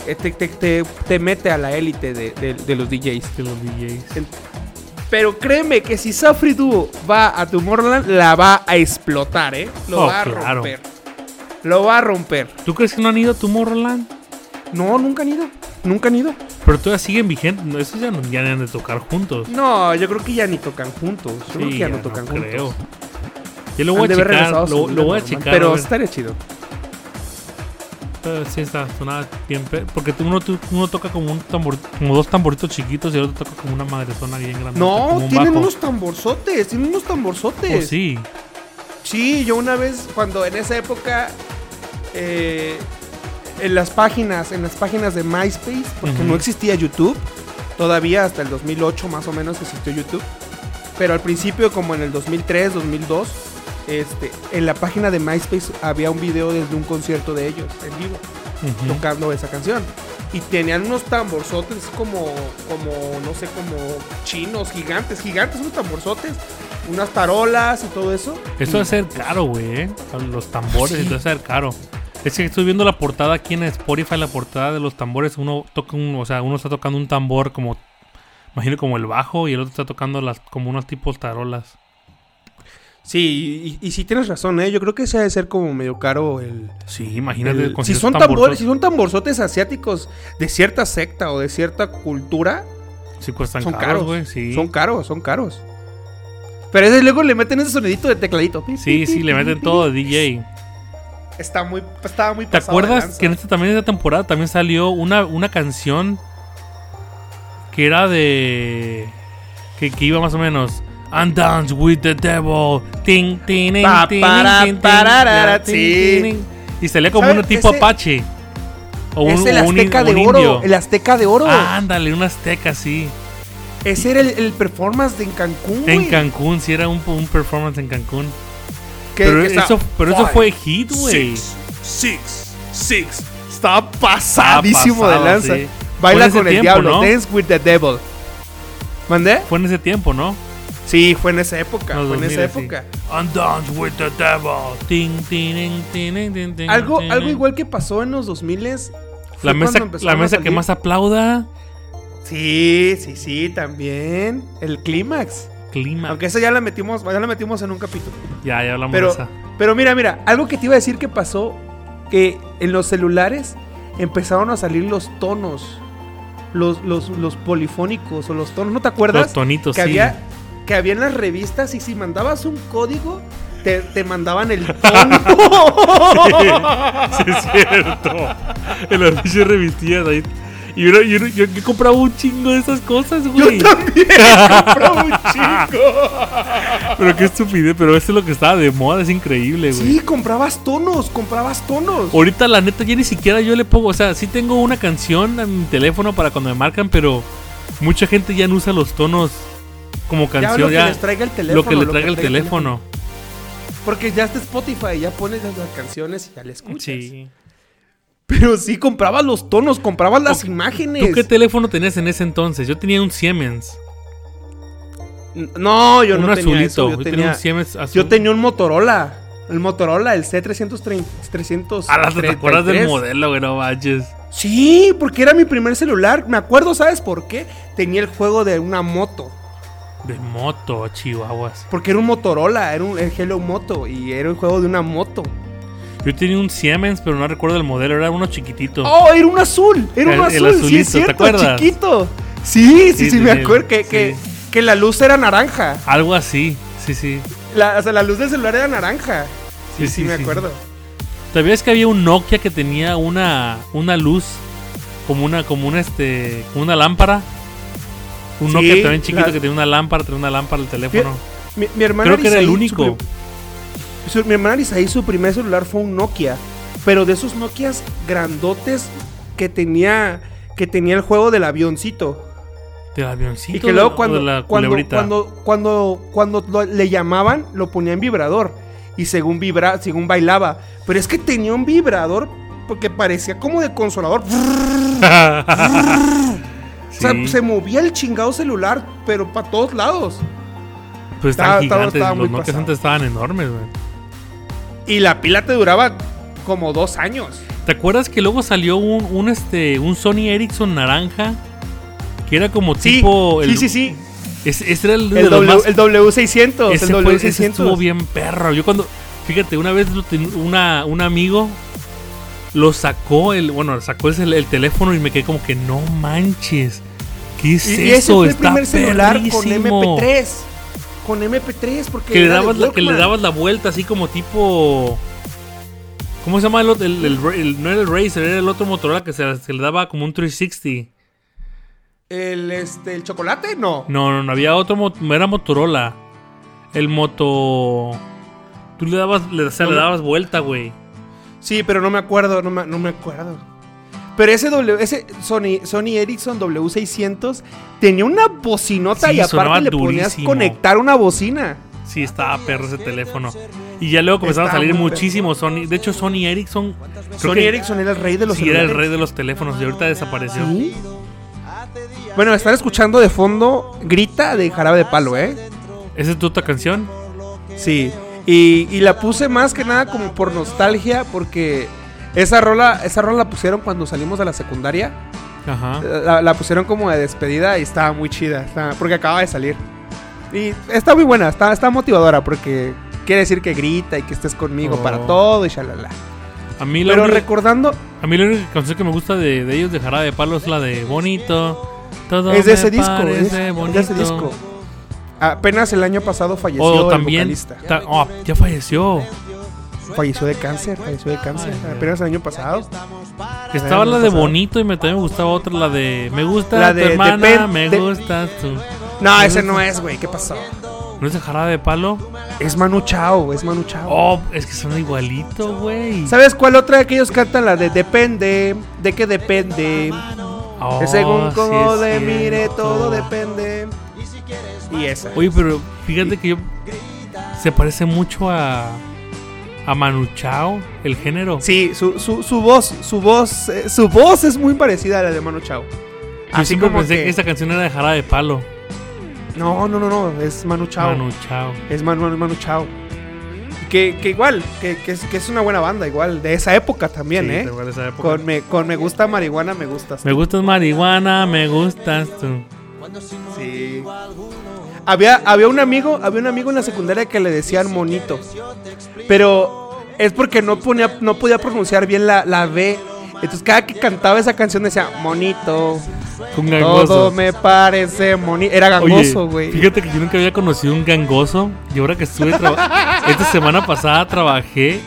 Speaker 5: eh, te, te- te- te mete a la élite de, de- de los DJs.
Speaker 4: De los DJs.
Speaker 5: El- Pero créeme que si Safri Duo va a Tomorrowland, la va a explotar, ¿eh? Lo
Speaker 4: Oh,
Speaker 5: va a
Speaker 4: claro.
Speaker 5: romper. Lo va a romper.
Speaker 4: ¿Tú crees que no han ido a Tomorrowland?
Speaker 5: No, nunca han ido. Nunca han ido.
Speaker 4: Pero todavía siguen vigentes. No, esos ya no ya no han de tocar juntos.
Speaker 5: No, yo creo que ya ni tocan juntos. Yo creo que
Speaker 4: Sí,
Speaker 5: ya
Speaker 4: ya
Speaker 5: no tocan juntos.
Speaker 4: creo. Yo lo
Speaker 5: Han
Speaker 4: voy
Speaker 5: de
Speaker 4: a
Speaker 5: haber regresado a
Speaker 4: checar.
Speaker 5: su
Speaker 4: Lo,
Speaker 5: vida
Speaker 4: lo voy a
Speaker 5: normal,
Speaker 4: checar.
Speaker 5: Pero
Speaker 4: a ver.
Speaker 5: estaría chido.
Speaker 4: Eh, sí, está, sonaba bien. pe- Porque tú- uno, tú- uno toca como, un tambor, como dos tamboritos chiquitos y el otro toca como una madrezona bien grande.
Speaker 5: No,
Speaker 4: como un
Speaker 5: tienen
Speaker 4: bajo.
Speaker 5: unos tamborzotes, tienen unos tamborzotes.
Speaker 4: Oh, sí.
Speaker 5: Sí, yo una vez, cuando en esa época, eh, en las páginas, en las páginas de MySpace, porque
Speaker 4: Ujú.
Speaker 5: no existía YouTube, todavía hasta el 2008 más o menos existió YouTube, pero al principio, como en el 2003, 2002, este, en la página de MySpace había un video desde un concierto de ellos, en vivo,
Speaker 4: Ujú.
Speaker 5: tocando esa canción. Y tenían unos tamborzotes como, como, no sé, como chinos, gigantes, gigantes, unos tamborzotes, unas tarolas y todo eso.
Speaker 4: Esto debe ser caro, güey. eh. Los tambores, esto debe ser caro. Es que estoy viendo la portada aquí en Spotify, la portada de los tambores. Uno toca un, o sea, uno está tocando un tambor como, imagino como el bajo y el otro está tocando las como unos tipos tarolas.
Speaker 5: Sí, y, y sí tienes razón, ¿eh? Yo creo que ese debe ser como medio caro el...
Speaker 4: Sí, imagínate.
Speaker 5: el-
Speaker 4: con
Speaker 5: si
Speaker 4: esos
Speaker 5: son tambores,
Speaker 4: tamborzotes,
Speaker 5: si son tamborzotes asiáticos de cierta secta o de cierta cultura,
Speaker 4: sí cuestan
Speaker 5: son
Speaker 4: caros,
Speaker 5: caros,
Speaker 4: güey. Sí.
Speaker 5: son caros, son caros. Pero ese luego le meten ese sonidito de tecladito. Pi, pi,
Speaker 4: sí, sí,
Speaker 5: pi,
Speaker 4: le
Speaker 5: pi,
Speaker 4: meten
Speaker 5: pi.
Speaker 4: todo de DJ.
Speaker 5: Está muy, estaba muy
Speaker 4: ¿Te
Speaker 5: pasado de
Speaker 4: acuerdas
Speaker 5: lanza.
Speaker 4: que en esta también esta temporada también salió una, una canción que era de que, que iba más o menos And dance with the devil. Ting, ting, ting,
Speaker 5: Pa,
Speaker 4: ting,
Speaker 5: para,
Speaker 4: ting, ting,
Speaker 5: pararara,
Speaker 4: ting,
Speaker 5: sí.
Speaker 4: ting, ting. Y salía como
Speaker 5: ¿Saben?
Speaker 4: un tipo
Speaker 5: Ese-
Speaker 4: apache. O
Speaker 5: es el
Speaker 4: o in-
Speaker 5: Azteca
Speaker 4: o
Speaker 5: de Oro.
Speaker 4: indio. Ah.
Speaker 5: El Azteca de Oro.
Speaker 4: Ándale, un azteca, sí.
Speaker 5: Ese era el, el performance de en Cancún.
Speaker 4: En
Speaker 5: güey.
Speaker 4: Cancún, sí, era un, un performance en Cancún.
Speaker 5: Que-
Speaker 4: pero
Speaker 5: que está-
Speaker 4: eso, pero eso
Speaker 5: Five,
Speaker 4: fue hit, güey.
Speaker 5: Six, six, six. Estaba pasadísimo
Speaker 4: pasado,
Speaker 5: de lanza.
Speaker 4: sí. Fue
Speaker 5: Baila
Speaker 4: en ese
Speaker 5: con el
Speaker 4: tiempo,
Speaker 5: diablo.
Speaker 4: ¿no?
Speaker 5: Dance with the devil. ¿Mandé?
Speaker 4: Fue en ese tiempo, ¿no?
Speaker 5: Sí, fue en esa época.
Speaker 4: Los
Speaker 5: fue en
Speaker 4: 2000,
Speaker 5: esa época.
Speaker 4: sí. And dance with the devil. Ting, ting, ting, ting, ting, ting, ting,
Speaker 5: Algo,
Speaker 4: ting,
Speaker 5: algo
Speaker 4: ting.
Speaker 5: igual que pasó en los 2000
Speaker 4: La mesa, la mesa que más aplauda.
Speaker 5: Sí, sí, sí, también. El clímax.
Speaker 4: Clima.
Speaker 5: Aunque esa ya la metimos, ya la metimos en un capítulo.
Speaker 4: Ya, ya hablamos de
Speaker 5: Pero,
Speaker 4: esa.
Speaker 5: pero mira, mira, algo que te iba a decir que pasó, que en los celulares empezaron a salir los tonos, los, los, los polifónicos o los tonos, ¿no te acuerdas?
Speaker 4: Los tonitos,
Speaker 5: que
Speaker 4: sí.
Speaker 5: había que había en las revistas y si mandabas un código, te, te mandaban el tono.
Speaker 4: Sí, es cierto. En las pinches revistillas ahí. Y uno, y uno- yo, yo compraba un chingo de esas cosas, güey.
Speaker 5: Compraba un chico.
Speaker 4: Pero qué estupidez. Pero eso es lo que estaba de moda. Es increíble, güey.
Speaker 5: Sí, comprabas tonos, comprabas tonos.
Speaker 4: Ahorita la neta ya ni siquiera yo le pongo, o sea, sí tengo una canción en mi teléfono para cuando me marcan, pero mucha gente ya no usa los tonos como
Speaker 5: Ya
Speaker 4: canción,
Speaker 5: lo
Speaker 4: ya
Speaker 5: que les traiga el teléfono.
Speaker 4: lo que le traiga el teléfono.
Speaker 5: Porque ya está Spotify, ya pones las, las canciones y ya le escuchas.
Speaker 4: Sí.
Speaker 5: Pero sí, comprabas los tonos, comprabas las imágenes.
Speaker 4: ¿Tú qué teléfono tenías en ese entonces? Yo tenía un Siemens,
Speaker 5: N- No, yo
Speaker 4: un
Speaker 5: no
Speaker 4: azulito,
Speaker 5: tenía eso. Yo
Speaker 4: yo
Speaker 5: tenía,
Speaker 4: un Siemens azul.
Speaker 5: yo tenía un Motorola. El Motorola, el C330. 300
Speaker 4: A las Ah, te acuerdas del modelo, güey, no manches.
Speaker 5: Sí, porque era mi primer celular. Me acuerdo, ¿sabes por qué? Tenía el juego de una moto.
Speaker 4: De moto, chihuahuas.
Speaker 5: Porque era un Motorola, era un el Hello Moto. Y era un juego de una moto.
Speaker 4: Yo tenía un Siemens, pero no recuerdo el modelo, era uno chiquitito.
Speaker 5: ¡Oh, era un azul! Era
Speaker 4: El-
Speaker 5: un
Speaker 4: el
Speaker 5: azul, sí, es
Speaker 4: azulito, ¿te
Speaker 5: cierto,
Speaker 4: acuerdas?
Speaker 5: chiquito. Sí, sí, sí,
Speaker 4: Sí,
Speaker 5: me
Speaker 4: tenía-
Speaker 5: acuerdo que,
Speaker 4: sí.
Speaker 5: que, que la luz era naranja.
Speaker 4: Algo así, sí, sí.
Speaker 5: La, o sea, la luz del celular era naranja. Sí, sí,
Speaker 4: Sí, sí,
Speaker 5: me
Speaker 4: sí,
Speaker 5: acuerdo.
Speaker 4: ¿Sabías que había un Nokia que tenía una, una luz como una como un este como una lámpara? Un
Speaker 5: Sí,
Speaker 4: Nokia también chiquito
Speaker 5: la-
Speaker 4: que tenía una lámpara, tenía una lámpara el teléfono.
Speaker 5: Mi, mi hermana
Speaker 4: Creo que era el
Speaker 5: Arisaí,
Speaker 4: único.
Speaker 5: su prim- su- mi hermana Isaí, su primer celular fue un Nokia. Pero de esos Nokias grandotes que tenía, que tenía el juego del avioncito.
Speaker 4: Del avioncito.
Speaker 5: y que luego
Speaker 4: o
Speaker 5: cuando,
Speaker 4: de la
Speaker 5: cuando,
Speaker 4: culebrita.
Speaker 5: cuando, cuando, cuando lo- le llamaban, lo ponía en vibrador. Y según vibra, según bailaba. Pero es que tenía un vibrador porque parecía como de consolador.
Speaker 4: Ah, Sí,
Speaker 5: O sea, se movía el chingado celular, pero para todos lados.
Speaker 4: pues
Speaker 5: estaba-
Speaker 4: están
Speaker 5: estaba-
Speaker 4: gigantes.
Speaker 5: estaba muy
Speaker 4: Los Nokias
Speaker 5: pasado.
Speaker 4: antes estaban enormes, güey.
Speaker 5: Y la pila te duraba como dos años.
Speaker 4: ¿Te acuerdas que luego salió un, un este un Sony Ericsson naranja? Que era como
Speaker 5: Sí,
Speaker 4: tipo
Speaker 5: sí, sí, sí.
Speaker 4: Ese, ese era el, de
Speaker 5: El,
Speaker 4: los
Speaker 5: w,
Speaker 4: más-
Speaker 5: el W600.
Speaker 4: Ese
Speaker 5: el
Speaker 4: fue- ese estuvo
Speaker 5: W600.
Speaker 4: bien perro. Yo cuando, fíjate, una vez lo ten- una, un amigo Lo sacó el, bueno, sacó el, el teléfono y me quedé como que no manches. ¿Qué es
Speaker 5: Y,
Speaker 4: eso?
Speaker 5: y ese fue el
Speaker 4: Está
Speaker 5: primer celular con
Speaker 4: perrísimo.
Speaker 5: MP3. Con MP3, porque.
Speaker 4: Que le,
Speaker 5: era de
Speaker 4: dabas la, que le
Speaker 5: Walkman.
Speaker 4: dabas la vuelta así como tipo... ¿Cómo se llama el otro? El- el- el- no era el Razer, era el otro Motorola que se, se le daba como un 360.
Speaker 5: ¿El, este, ¿El chocolate? No.
Speaker 4: No, no, no, había otro, mo- era Motorola. El moto... Tú le dabas, le, o sea,
Speaker 5: No,
Speaker 4: le
Speaker 5: no.
Speaker 4: dabas vuelta, güey.
Speaker 5: Sí, pero no me acuerdo, no me, no me acuerdo. Pero ese, w, ese Sony, Sony Ericsson W600 tenía una bocinota
Speaker 4: Sí,
Speaker 5: y aparte
Speaker 4: sonaba
Speaker 5: le ponías
Speaker 4: durísimo.
Speaker 5: conectar una bocina.
Speaker 4: Sí, estaba perro ese teléfono. Y ya luego comenzaron a
Speaker 5: Estaba
Speaker 4: salir
Speaker 5: muy perro.
Speaker 4: muchísimo Sony. De hecho, Sony Ericsson. creo
Speaker 5: Sony
Speaker 4: que
Speaker 5: Ericsson era el rey de los
Speaker 4: Sí, era el
Speaker 5: celulares.
Speaker 4: rey de los teléfonos y ahorita desapareció.
Speaker 5: Sí. Bueno, están escuchando de fondo Grita de Jarabe de Palo, ¿eh?
Speaker 4: ¿Esa es tu otra canción?
Speaker 5: Sí. Y, y la puse más que nada como por nostalgia, porque esa rola, esa rola la pusieron cuando salimos de la secundaria.
Speaker 4: Ajá.
Speaker 5: La, la pusieron como de despedida y estaba muy chida, estaba- porque acaba de salir. Y está muy buena, está, está motivadora porque quiere decir que grita y que estés conmigo
Speaker 4: Oh.
Speaker 5: para todo y shalala.
Speaker 4: A mí la,
Speaker 5: Pero
Speaker 4: única,
Speaker 5: recordando,
Speaker 4: a mí la única canción que me gusta de, de ellos de Jarabe de Palo es la de Bonito. Todo
Speaker 5: es de
Speaker 4: me
Speaker 5: ese disco, ¿eh?
Speaker 4: parece
Speaker 5: es, es de
Speaker 4: bonito.
Speaker 5: ese disco. Apenas el año pasado falleció
Speaker 4: O
Speaker 5: el
Speaker 4: también.
Speaker 5: vocalista.
Speaker 4: ta- oh, ya falleció.
Speaker 5: Falleció de cáncer, falleció de cáncer.
Speaker 4: Ay,
Speaker 5: apenas el año pasado.
Speaker 4: Que estaba la de
Speaker 5: pasado.
Speaker 4: Bonito y me, también me gustaba otra, la de Me gusta
Speaker 5: La
Speaker 4: tu
Speaker 5: de- de
Speaker 4: hermana,
Speaker 5: Pen-
Speaker 4: me
Speaker 5: de-
Speaker 4: gusta tu.
Speaker 5: No, ese no es, güey, ¿qué pasó?
Speaker 4: ¿No es de Jarabe de Palo?
Speaker 5: Es Manu Chao, es Manu Chao.
Speaker 4: Oh, es que son igualito, güey.
Speaker 5: ¿Sabes cuál otra de que ellos cantan? La de Depende, de que depende.
Speaker 4: Oh,
Speaker 5: Que según
Speaker 4: sí
Speaker 5: como
Speaker 4: es
Speaker 5: le mire,
Speaker 4: cierto.
Speaker 5: todo depende. Y esa.
Speaker 4: Oye, pero fíjate que yo. Se parece mucho a. A Manu Chao, el género.
Speaker 5: Sí, su, su, su voz, su voz, eh, su voz es muy parecida a la de Manu Chao.
Speaker 4: Yo
Speaker 5: Así
Speaker 4: siempre
Speaker 5: como
Speaker 4: pensé que...
Speaker 5: que-
Speaker 4: esta canción era de Jara de Palo.
Speaker 5: No, no, no, no, es Manu Chao.
Speaker 4: Manu Chao.
Speaker 5: Es Manu, Manu, Manu Chao. Que, que igual, que, que es, que es una buena banda, igual, de esa época también,
Speaker 4: Sí,
Speaker 5: ¿eh?
Speaker 4: te acuerdas de esa época.
Speaker 5: Con me, con me gusta marihuana, me gustas.
Speaker 4: Me gustas marihuana, me gustas tú.
Speaker 5: Sí. Había, había un amigo, había un amigo en la secundaria que le decían monito. Pero es porque no ponía, no podía pronunciar bien la, la B. Entonces cada que cantaba esa canción decía monito.
Speaker 4: Un
Speaker 5: Todo
Speaker 4: gangoso.
Speaker 5: me parece monito. Era gangoso,
Speaker 4: Oye,
Speaker 5: güey.
Speaker 4: Fíjate que yo nunca había conocido un gangoso. Y ahora que estuve traba- Esta semana pasada trabajé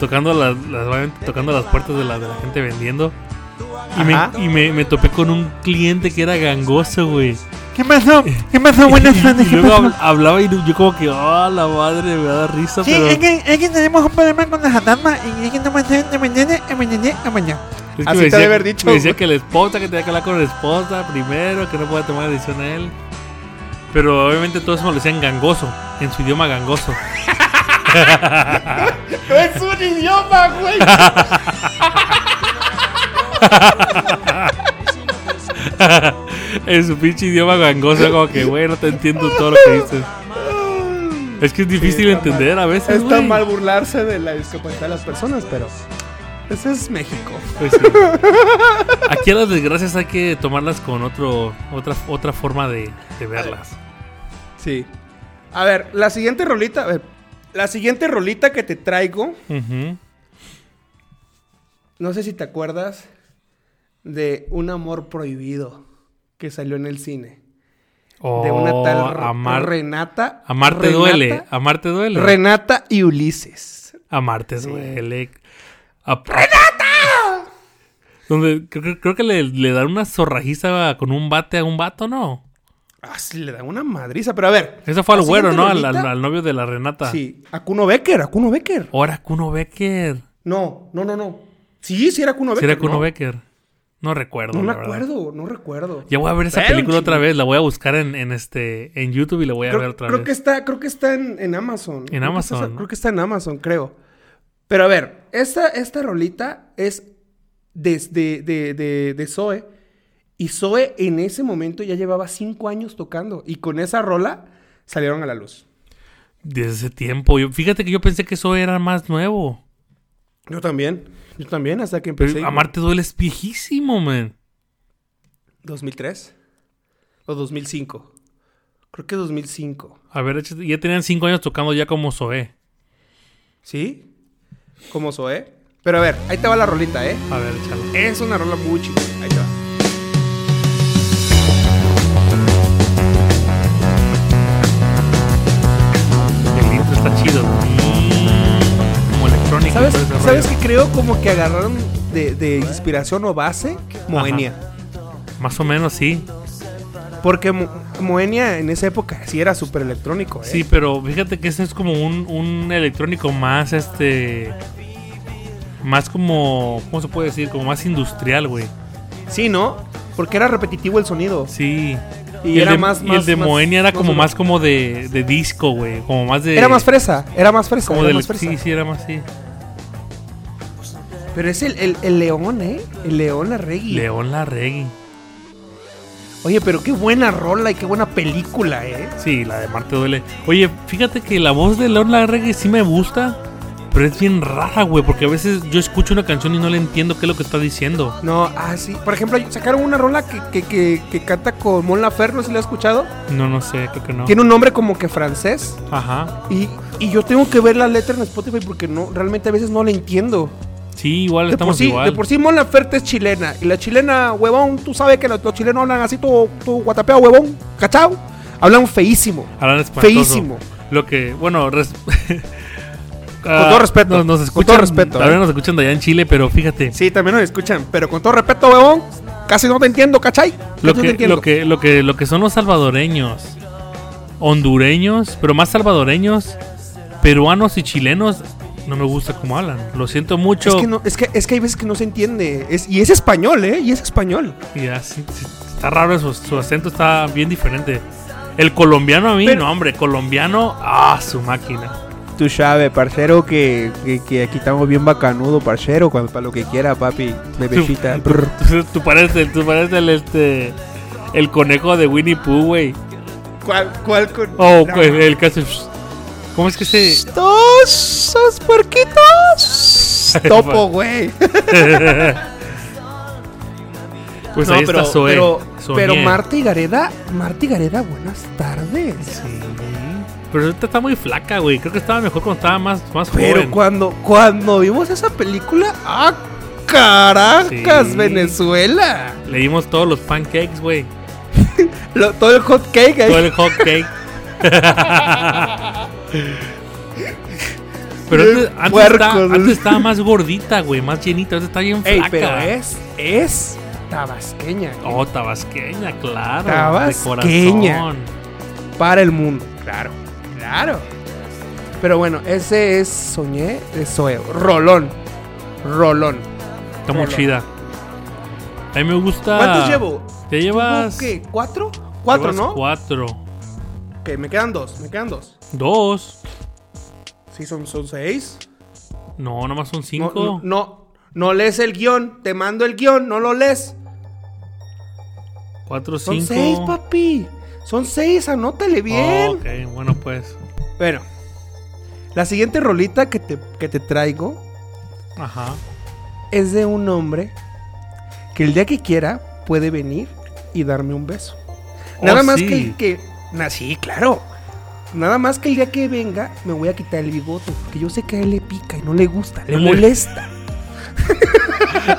Speaker 4: tocando las, las- obviamente tocando las puertas de la, de la gente vendiendo. Y, me,
Speaker 5: Ajá.
Speaker 4: y me, me topé con un cliente que era gangoso, güey.
Speaker 5: ¿Qué pasó? ¿Qué pasó?
Speaker 4: Y- y luego hab- hablaba y yo como que, oh, la madre, me da risa, pero es
Speaker 5: que, tenemos un problema con las atamas y es que no me de mañana, a mañana, a mañana.
Speaker 4: que
Speaker 5: Así
Speaker 4: me
Speaker 5: te ha de haber dicho,
Speaker 4: me decía
Speaker 5: güey.
Speaker 4: que la esposa, que tenía que hablar con la esposa primero, que no podía tomar decisión a él. Pero obviamente todo eso me lo decían gangoso, en su idioma gangoso.
Speaker 5: ¡Es un idioma, güey!
Speaker 4: en su pinche idioma gangoso, como que, güey, no te entiendo todo lo que dices. Es que es difícil
Speaker 5: está
Speaker 4: entender a veces,
Speaker 5: Es tan
Speaker 4: güey.
Speaker 5: mal burlarse de la discapacidad de las personas, pero ese es México.
Speaker 4: Pues sí. Aquí a las desgracias hay que tomarlas con otro, otra, otra forma de, de verlas.
Speaker 5: Sí. A ver, la siguiente rolita, a ver, la siguiente rolita que te traigo,
Speaker 4: Ujú.
Speaker 5: no sé si te acuerdas de Un amor prohibido que salió en el cine, de una
Speaker 4: Oh,
Speaker 5: tal Re-
Speaker 4: amar-
Speaker 5: Renata.
Speaker 4: Amarte
Speaker 5: Renata-
Speaker 4: duele, amarte duele.
Speaker 5: Renata y Ulises.
Speaker 4: amarte duele. ¡Renata! Donde creo, creo- creo que le, le dan una zorrajiza con un bate a un vato, ¿no?
Speaker 5: Ah, sí, le da una madriza, pero a ver.
Speaker 4: Eso fue al
Speaker 5: la
Speaker 4: güero,
Speaker 5: siguiente
Speaker 4: ¿no? Al, al-
Speaker 5: rolita-
Speaker 4: al novio de la Renata.
Speaker 5: Sí, a Kuno Becker, a Kuno Becker.
Speaker 4: Ahora Kuno Becker.
Speaker 5: No, no, no, no. Sí, sí era Kuno Becker.
Speaker 4: ¿Sí era Kuno
Speaker 5: ¿no?
Speaker 4: Becker? No recuerdo.
Speaker 5: No me
Speaker 4: la verdad.
Speaker 5: acuerdo, no recuerdo.
Speaker 4: Ya voy a ver esa
Speaker 5: Era un
Speaker 4: película otra
Speaker 5: chingo.
Speaker 4: vez. La voy a buscar en, en este en YouTube y la voy a
Speaker 5: Creo,
Speaker 4: ver otra
Speaker 5: creo
Speaker 4: vez.
Speaker 5: que está, creo que está en, en Amazon. Creo que
Speaker 4: Amazon,
Speaker 5: está-
Speaker 4: ¿no?
Speaker 5: creo que está en Amazon, creo. Pero a ver, esta, esta rolita es desde de, de, de Zoe. Y Zoe en ese momento ya llevaba cinco años tocando. Y con esa rola salieron a la luz.
Speaker 4: Desde ese tiempo. Yo, fíjate que yo pensé que eso era más nuevo.
Speaker 5: Yo también. Yo también, hasta que
Speaker 4: Pero
Speaker 5: empecé.
Speaker 4: Amarte Duele es viejísimo, man.
Speaker 5: ¿2003? ¿O 2005? Creo que 2005.
Speaker 4: A ver, échate- ya tenían cinco años tocando ya como Zoé.
Speaker 5: ¿Sí? ¿Como Zoe? Pero a ver, ahí te va la rolita, ¿eh?
Speaker 4: A ver, échalo.
Speaker 5: Es una rola muy chingona. Ahí te va.
Speaker 4: El intro está chido. Mm, Como electrónica.
Speaker 5: ¿Sabes,
Speaker 4: todo ese rollo.
Speaker 5: ¿sabes qué creo? Como que agarraron de, de inspiración o base Moenia.
Speaker 4: Más o menos, sí.
Speaker 5: Porque Mo- Moenia en esa época sí era súper electrónico. ¿eh?
Speaker 4: Sí, pero fíjate que ese es como un, un electrónico más, este... Más como... ¿Cómo se puede decir? Como más industrial, güey.
Speaker 5: sí, ¿no? Porque era repetitivo el sonido.
Speaker 4: Sí.
Speaker 5: Y
Speaker 4: el
Speaker 5: era
Speaker 4: de,
Speaker 5: más-
Speaker 4: y
Speaker 5: más-
Speaker 4: el de
Speaker 5: más-
Speaker 4: Moenia era
Speaker 5: más
Speaker 4: como
Speaker 5: uno.
Speaker 4: más como de, de disco, güey. Como más de...
Speaker 5: Era más fresa, era más fresa.
Speaker 4: Como
Speaker 5: era
Speaker 4: de...
Speaker 5: más fresa.
Speaker 4: Sí, sí, era más así.
Speaker 5: Pero es el, el- el león, ¿eh? El león la reggae.
Speaker 4: León Larregui.
Speaker 5: Oye, pero qué buena rola y qué buena película, ¿eh?
Speaker 4: Sí, la de Marte duele. Oye, fíjate que la voz de León Larregui sí me gusta, pero es bien rara, güey, porque a veces yo escucho una canción y no le entiendo qué es lo que está diciendo.
Speaker 5: No, ah, sí. Por ejemplo, sacaron una rola que, que, que, que canta con Mon Laferte, no sé si la has escuchado.
Speaker 4: No, no sé, creo que no.
Speaker 5: Tiene un nombre como que francés.
Speaker 4: Ajá.
Speaker 5: Y, y yo tengo que ver la letra en Spotify porque no, realmente a veces no la entiendo.
Speaker 4: Sí, igual
Speaker 5: De por,
Speaker 4: estamos
Speaker 5: sí,
Speaker 4: igual.
Speaker 5: de por sí Mon Laferte es chilena. Y la chilena, huevón, tú sabes que los, los chilenos hablan así, todo, todo guatapeo, huevón, ¿cachao? Hablan feísimo.
Speaker 4: Hablan espantoso.
Speaker 5: Feísimo.
Speaker 4: Lo que, bueno, res- Ah,
Speaker 5: todo respeto,
Speaker 4: Nos, nos
Speaker 5: con
Speaker 4: escuchan,
Speaker 5: todo respeto,
Speaker 4: Ahora
Speaker 5: eh.
Speaker 4: nos escuchan de allá en Chile, pero fíjate.
Speaker 5: Sí, también nos escuchan. Pero con todo respeto, huevón, casi no te entiendo, ¿cachai?
Speaker 4: lo,
Speaker 5: Casi no te
Speaker 4: que,
Speaker 5: entiendo.
Speaker 4: lo, que, lo, que, lo que son los salvadoreños, hondureños, pero más salvadoreños, peruanos y chilenos, no me gusta cómo hablan. Lo siento mucho.
Speaker 5: Es que, no, es, que, es que hay veces que no se entiende. Es, y es español, ¿eh? Y es español.
Speaker 4: Y así- sí, está raro, su, su acento está bien diferente. El colombiano a mí,
Speaker 5: Pero-
Speaker 4: no, hombre, colombiano, ah, su máquina.
Speaker 6: Tú sabes, parcero, que, que, que aquí estamos bien bacanudo, parcero, para lo que quiera, papi. Bebecita.
Speaker 4: Tú-
Speaker 6: Brr.
Speaker 4: Tú, tú pareces, el- tú pareces el, este, el conejo de Winnie Pooh, güey.
Speaker 5: ¿Cuál, cuál con.?
Speaker 4: O el, el que hace- ¿Cómo es que se...?
Speaker 5: Dos, dos puerquitos. Topo, güey.
Speaker 4: Pues
Speaker 5: No,
Speaker 4: ahí está Zoé.
Speaker 5: Pero,
Speaker 4: Zoé.
Speaker 5: pero Marta y Gareda, Marta y Gareda, buenas tardes.
Speaker 4: Sí. Pero ahorita está muy flaca, güey. Creo que estaba mejor cuando estaba más, más
Speaker 5: Pero
Speaker 4: joven.
Speaker 5: cuando, cuando vimos esa película, ¡ah, caracas,
Speaker 4: Sí.
Speaker 5: Venezuela!
Speaker 4: Le dimos todos los pancakes, güey.
Speaker 5: Lo- todo el hot cake ahí.
Speaker 4: Todo el hot cake. Pero
Speaker 5: Bien
Speaker 4: antes, antes
Speaker 5: puercos,
Speaker 4: estaba,
Speaker 5: güey.
Speaker 4: antes estaba más gordita, güey, más llenita. Ahora está bien
Speaker 5: Ey,
Speaker 4: flaca.
Speaker 5: pero ¿eh? es, es tabasqueña.
Speaker 4: Oh, tabasqueña, claro. de
Speaker 5: Tabasqueña.
Speaker 4: corazón.
Speaker 5: Para el mundo. Claro, claro. Pero bueno, ese es Soñé, eso es Rolón. Rolón.
Speaker 4: Está muy
Speaker 5: Rolón.
Speaker 4: chida. A mí me gusta.
Speaker 5: ¿Cuántos llevo?
Speaker 4: Ya llevas.
Speaker 5: ¿Qué? ¿Cuatro? ¿Cuatro,
Speaker 4: llevas
Speaker 5: no?
Speaker 4: Cuatro.
Speaker 5: Ok, me quedan dos, me quedan dos.
Speaker 4: Dos.
Speaker 5: Sí, son, son seis.
Speaker 4: No, nomás son
Speaker 5: No,
Speaker 4: cinco.
Speaker 5: no, no, no lees el guión. Te mando el guión, no lo lees.
Speaker 4: Cuatro,
Speaker 5: Son
Speaker 4: cinco.
Speaker 5: seis, papi. Son seis, anótale bien.
Speaker 4: Oh, ok, bueno, pues.
Speaker 5: Bueno, la siguiente rolita que te, que te traigo
Speaker 4: Ajá.
Speaker 5: es de un hombre que el día que quiera puede venir y darme un beso.
Speaker 4: Oh,
Speaker 5: Nada más
Speaker 4: sí.
Speaker 5: que el que. na- sí, claro. Nada más que el día que venga me voy a quitar el bigote. Porque yo sé que a él le pica y no le gusta, le
Speaker 4: No le-
Speaker 5: molesta.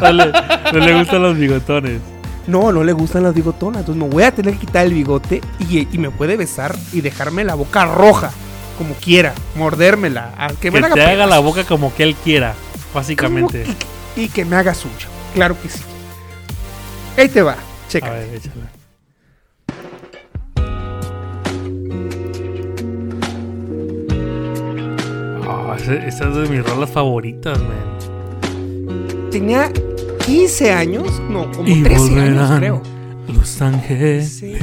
Speaker 4: No le, no le gustan los bigotones.
Speaker 5: No, no le gustan las bigotonas. Entonces me voy a tener que quitar el bigote y, y me puede besar y dejarme la boca roja. Como quiera. Mordérmela. a- que
Speaker 4: Que,
Speaker 5: me la haga
Speaker 4: te haga
Speaker 5: pedazos.
Speaker 4: la boca como que él quiera,
Speaker 5: Como
Speaker 4: básicamente.
Speaker 5: que- Y que me haga suyo. Claro que sí. Ahí te va.
Speaker 4: A
Speaker 5: Checa.
Speaker 4: ver, échala. Ah, ese- esa es de mis rolas favoritas, man.
Speaker 5: Tenía 15 años. No, como 13 años, creo.
Speaker 4: Los Ángeles.
Speaker 5: Sí.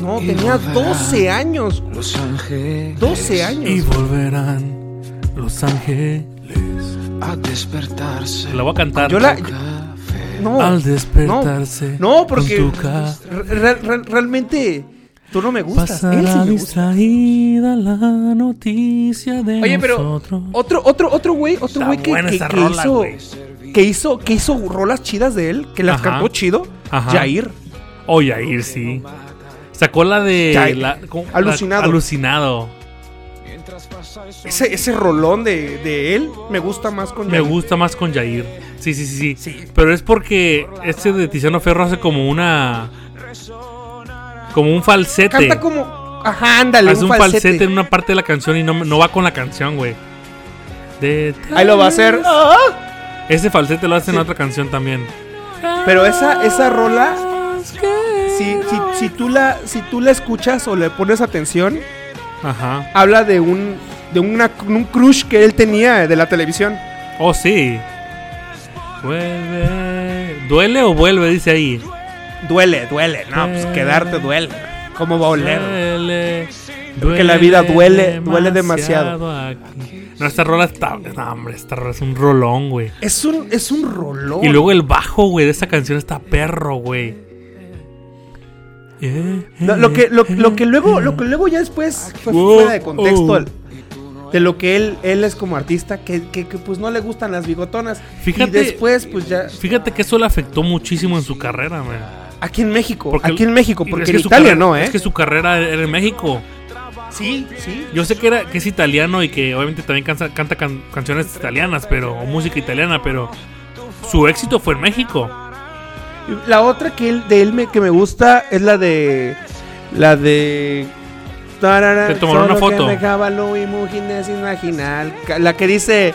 Speaker 5: No, tenía 12 años. Los Ángeles. 12
Speaker 4: Y
Speaker 5: años.
Speaker 4: volverán Los Ángeles.
Speaker 7: a despertarse.
Speaker 4: Te la voy a cantar.
Speaker 5: Yo la. No.
Speaker 4: Al
Speaker 5: no,
Speaker 4: despertarse
Speaker 5: No, porque.
Speaker 4: con tu ca-
Speaker 5: re- re- realmente. Tú no me gustas. Él sí
Speaker 4: Pasará
Speaker 5: me gusta.
Speaker 4: distraída la noticia de
Speaker 5: Oye, pero
Speaker 4: nosotros.
Speaker 5: otro, otro, otro güey, otro
Speaker 4: Está
Speaker 5: güey que,
Speaker 4: buena
Speaker 5: que-
Speaker 4: esa
Speaker 5: que
Speaker 4: rola,
Speaker 5: hizo,
Speaker 4: güey.
Speaker 5: que hizo, que hizo rolas chidas de él, que las
Speaker 4: Ajá.
Speaker 5: cantó chido,
Speaker 4: Ajá.
Speaker 5: Jair.
Speaker 4: Oye, Yair, sí. Sacó la de.
Speaker 5: Yair.
Speaker 4: la- ¿cómo?
Speaker 5: Alucinado.
Speaker 4: La- alucinado.
Speaker 5: Ese, ese rolón de, de él me gusta más con
Speaker 4: Me
Speaker 5: Yair.
Speaker 4: gusta más con Jair. Sí, sí, sí, sí. Pero es porque este de Tiziano Ferro hace como una. Como un falsete.
Speaker 5: Canta como. Ajá, ándale,
Speaker 4: este. hace un falsete. en una parte de la canción y no, no va con la canción, güey. De-
Speaker 5: Ahí lo va a hacer.
Speaker 4: Ese falsete lo hace en otra canción también.
Speaker 5: Pero esa, esa rola, si, si, si tú la, si tú la escuchas o le pones atención,
Speaker 4: Ajá.
Speaker 5: habla de un de una- un crush que él tenía de la televisión.
Speaker 4: Oh, sí. Vuelve. ¿Duele o vuelve? Dice ahí.
Speaker 5: Duele, duele. No, pues
Speaker 4: Eh.
Speaker 5: quedarte duele. ¿Cómo va a oler?
Speaker 4: Duele.
Speaker 5: Porque la vida duele, duele demasiado.
Speaker 4: aquí. No, esta rola está. No, hombre, esta rola es un rolón, güey.
Speaker 5: Es un, es un rolón.
Speaker 4: Y luego el bajo, güey, de esta canción está perro, güey. Eh,
Speaker 5: No, lo, que, lo, lo que luego, lo que luego ya después fue
Speaker 4: Wow,
Speaker 5: fuera de contexto
Speaker 4: oh.
Speaker 5: al- de lo que él, él es como artista, que, que- que, pues no le gustan las bigotonas.
Speaker 4: Fíjate-
Speaker 5: y después, pues ya.
Speaker 4: Fíjate que eso le afectó muchísimo en su carrera, man.
Speaker 5: Aquí en México,
Speaker 4: Porque-
Speaker 5: aquí en México,
Speaker 4: y
Speaker 5: porque
Speaker 4: es que
Speaker 5: en
Speaker 4: su
Speaker 5: Italia
Speaker 4: carrera-
Speaker 5: no, ¿eh?
Speaker 4: Es que su carrera era en México.
Speaker 5: Sí, sí.
Speaker 4: Yo sé que, era, que es italiano y que obviamente también cansa- canta, can- canciones italianas, pero o música italiana, pero su éxito fue en México.
Speaker 5: La otra que él, de él me, que me gusta es la de. La de. Tarara,
Speaker 4: Te tomaron una
Speaker 5: solo que
Speaker 4: foto.
Speaker 5: me dejaba lo imagines imaginar. Ca- La que dice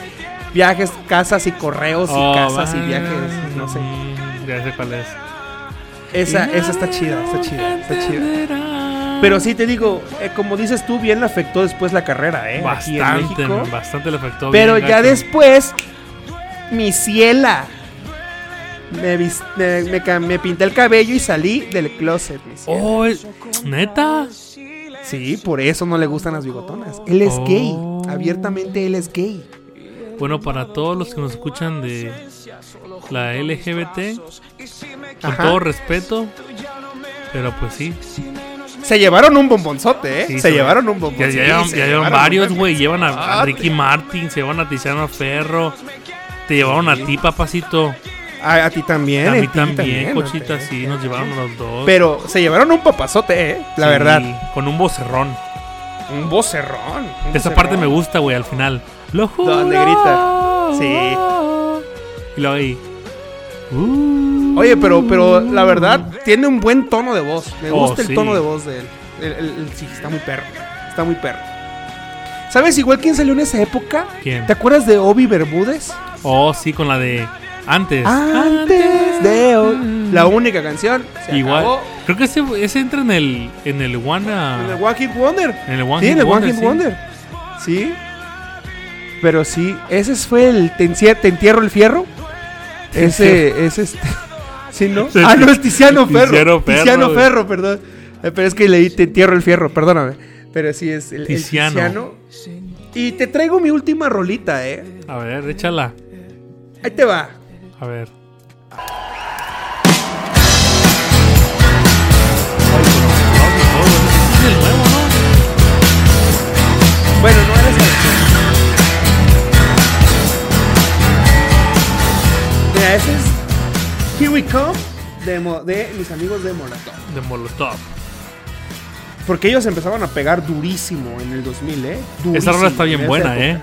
Speaker 5: viajes, casas y correos
Speaker 4: Oh,
Speaker 5: y casas
Speaker 4: va.
Speaker 5: y viajes. No sé.
Speaker 4: Ya sé cuál es.
Speaker 5: Esa, esa está chida, está chida, está chida. Pero sí te digo, eh, como dices tú, bien le afectó después la carrera, ¿eh? Aquí en
Speaker 4: Bastante,
Speaker 5: México.
Speaker 4: man, bastante le afectó.
Speaker 5: Pero
Speaker 4: bien
Speaker 5: ya
Speaker 4: gacho.
Speaker 5: después, mi ciela. Me, vis- me, me ca- me pinté el cabello y salí del closet, mi ciela.
Speaker 4: Oh, es- neta.
Speaker 5: Sí, por eso no le gustan las bigotonas. Él es
Speaker 4: Oh.
Speaker 5: gay. Abiertamente él es gay.
Speaker 4: Bueno, para todos los que nos escuchan de la LGBT, con
Speaker 5: Ajá.
Speaker 4: todo respeto, pero pues sí.
Speaker 5: Se llevaron un bombonzote, ¿eh?
Speaker 4: sí,
Speaker 5: se
Speaker 4: son-
Speaker 5: llevaron un
Speaker 4: Ya,
Speaker 5: bombonzote.
Speaker 4: ya llevan,
Speaker 5: Se
Speaker 4: ya llevan
Speaker 5: llevaron Ah,
Speaker 4: varios,
Speaker 5: un-
Speaker 4: güey. Llevan a, a Ricky Martin, se llevan a Tiziano Ferro. Te llevaron a ti, papacito.
Speaker 5: A, a ti también.
Speaker 4: A mí
Speaker 5: ti
Speaker 4: también,
Speaker 5: ¿no?
Speaker 4: cochita, sí. Nos llevaron a los dos.
Speaker 5: Pero se llevaron un papazote, ¿eh? La
Speaker 4: Sí,
Speaker 5: verdad.
Speaker 4: Con un vocerrón.
Speaker 5: Un vocerrón. un
Speaker 4: Esa
Speaker 5: vocerrón.
Speaker 4: parte me gusta, güey, al final. Lo juro.
Speaker 5: Donde grita. Sí.
Speaker 4: Y luego ahí. Uh.
Speaker 5: Oye, pero, pero la verdad, tiene un buen tono de voz. Me
Speaker 4: Oh,
Speaker 5: gusta el
Speaker 4: sí.
Speaker 5: tono de voz de él. El, el- el- sí, está muy perro. Está muy perro. ¿Sabes igual quién salió en esa época?
Speaker 4: ¿Quién?
Speaker 5: ¿Te acuerdas de Obi Bermúdez?
Speaker 4: Oh, sí, con la de antes.
Speaker 5: Antes de hoy. La única canción. se
Speaker 4: Igual.
Speaker 5: acabó.
Speaker 4: Creo que ese, ese entra en el en el One ah,
Speaker 5: En el One Hit Wonder.
Speaker 4: en el One
Speaker 5: sí,
Speaker 4: Hit
Speaker 5: en el One
Speaker 4: Wonder,
Speaker 5: Hit
Speaker 4: sí.
Speaker 5: Wonder. Sí. Pero sí, ese fue el Te, encie- te entierro el fierro. Ese es este. Sí, ¿no?
Speaker 4: Sí,
Speaker 5: ah,
Speaker 4: sí.
Speaker 5: no, es Tiziano Ferro.
Speaker 4: Tiziano Ferro,
Speaker 5: Tiziano
Speaker 4: güey.
Speaker 5: Ferro, perdón. Eh, Pero es que leí Te entierro el fierro, perdóname. Pero sí, es el, el
Speaker 4: Tiziano.
Speaker 5: Tiziano. Y te traigo mi última rolita, ¿eh?
Speaker 4: A ver, échala.
Speaker 5: Ahí te va.
Speaker 4: A ver.
Speaker 5: Bueno, no eres el. Mira, ese es Here We Come de, Mo- de mis amigos de Molotov.
Speaker 4: De Molotov.
Speaker 5: Porque ellos empezaban a pegar durísimo en el 2000, ¿eh?
Speaker 4: Esa
Speaker 5: Durísimo
Speaker 4: rola está bien
Speaker 5: en esa
Speaker 4: buena,
Speaker 5: época.
Speaker 4: eh.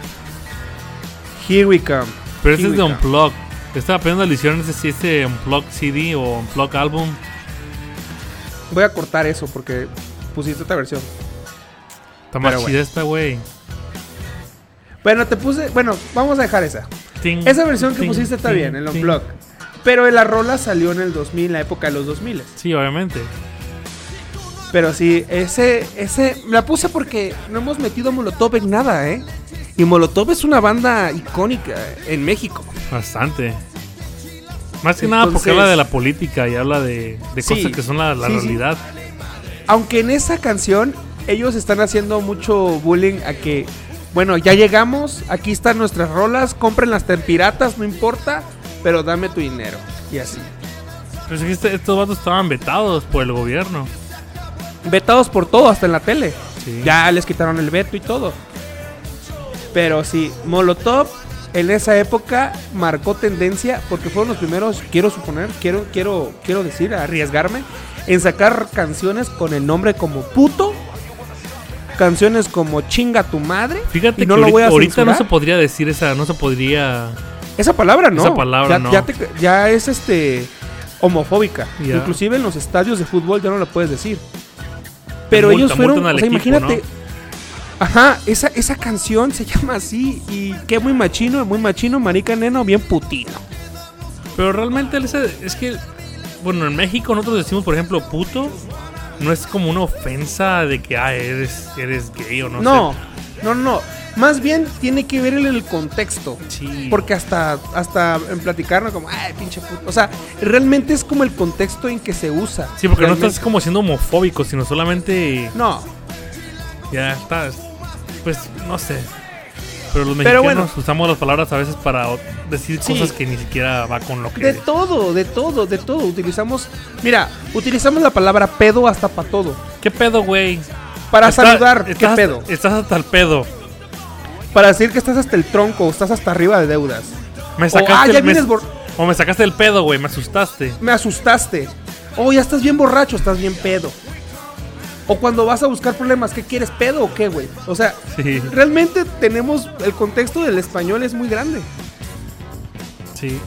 Speaker 5: Here We Come.
Speaker 4: Pero ese
Speaker 5: Here
Speaker 4: es de
Speaker 5: We Come.
Speaker 4: Unplug. Estaba apenas le hicieron ese, ese Unplug CD o Unplug álbum.
Speaker 5: Voy a cortar eso porque pusiste otra versión.
Speaker 4: Está más
Speaker 5: Pero
Speaker 4: chida esta, güey.
Speaker 5: Bueno, te puse. Bueno, vamos a dejar esa.
Speaker 4: Ting,
Speaker 5: Esa versión que
Speaker 4: ting,
Speaker 5: pusiste está
Speaker 4: ting,
Speaker 5: bien, el
Speaker 4: ting.
Speaker 5: Unplug. Pero la rola salió en el 2000, la época de los 2000.
Speaker 4: Sí, obviamente.
Speaker 5: Pero sí, ese, ese, la puse porque no hemos metido a Molotov en nada, ¿eh? Y Molotov es una banda icónica en México.
Speaker 4: Bastante. Más que nada porque
Speaker 5: Entonces-
Speaker 4: habla de la política y habla de, de
Speaker 5: Sí,
Speaker 4: cosas que son la, la
Speaker 5: sí, sí.
Speaker 4: realidad.
Speaker 5: Aunque en esa canción ellos están haciendo mucho bullying a que, bueno, ya llegamos, aquí están nuestras rolas, cómprenlas en piratas, no importa, pero dame tu dinero. Y así.
Speaker 4: Pero es que este- estos vatos estaban vetados por el gobierno.
Speaker 5: Vetados por todo, hasta en la tele.
Speaker 4: Sí.
Speaker 5: Ya les quitaron el veto y todo. Pero sí, Molotov en esa época marcó tendencia porque fueron los primeros, quiero suponer, quiero, quiero, quiero decir, arriesgarme, en sacar canciones con el nombre como puto canciones como Chinga tu madre.
Speaker 4: Fíjate
Speaker 5: y no
Speaker 4: que
Speaker 5: lo
Speaker 4: ahorita,
Speaker 5: voy a
Speaker 4: ahorita no
Speaker 5: censurar.
Speaker 4: se podría decir esa, no se podría.
Speaker 5: Esa palabra no.
Speaker 4: Esa palabra
Speaker 5: ya,
Speaker 4: no.
Speaker 5: Ya, te- ya es este homofóbica.
Speaker 4: Ya.
Speaker 5: Inclusive en los estadios de fútbol ya no la puedes decir. Pero
Speaker 4: multan-
Speaker 5: ellos fueron,
Speaker 4: multan al
Speaker 5: o sea,
Speaker 4: equipo,
Speaker 5: imagínate.
Speaker 4: ¿no?
Speaker 5: Ajá, esa, esa canción se llama así y qué muy machino, muy machino, marica neno, bien putino.
Speaker 4: Pero realmente ese- es que, bueno, en México nosotros decimos, por ejemplo, puto. No es como una ofensa de que, ah, eres, eres gay o no.
Speaker 5: No,
Speaker 4: sé.
Speaker 5: no, no. Más bien tiene que ver el, el contexto.
Speaker 4: Sí.
Speaker 5: Porque hasta, hasta en platicarnos como, ay, pinche puto. O sea, realmente es como el contexto en que se usa.
Speaker 4: Sí, porque no
Speaker 5: realmente.
Speaker 4: estás como siendo homofóbico, sino solamente
Speaker 5: No,
Speaker 4: ya estás. Pues no sé. Pero los
Speaker 5: Pero
Speaker 4: mexicanos
Speaker 5: bueno.
Speaker 4: usamos las palabras a veces para o- decir
Speaker 5: Sí.
Speaker 4: cosas que ni siquiera va con lo que.
Speaker 5: de todo, de todo, de todo. Utilizamos, mira, utilizamos la palabra pedo hasta para todo.
Speaker 4: ¿Qué pedo, güey?
Speaker 5: Para
Speaker 4: Está-
Speaker 5: saludar, ¿qué
Speaker 4: estás-
Speaker 5: pedo?
Speaker 4: Estás hasta el pedo.
Speaker 5: Para decir que estás hasta el tronco, o estás hasta arriba de deudas.
Speaker 4: Me
Speaker 5: O,
Speaker 4: sacaste
Speaker 5: ah, ya
Speaker 4: el, me-
Speaker 5: vienes bor-
Speaker 4: O me sacaste el pedo, güey. Me asustaste.
Speaker 5: Me asustaste. O ya estás bien borracho, estás bien pedo. O cuando vas a buscar problemas, ¿qué quieres? ¿Pedo o qué, güey? O sea,
Speaker 4: Sí.
Speaker 5: realmente tenemos. El contexto del español es muy grande.
Speaker 4: Sí.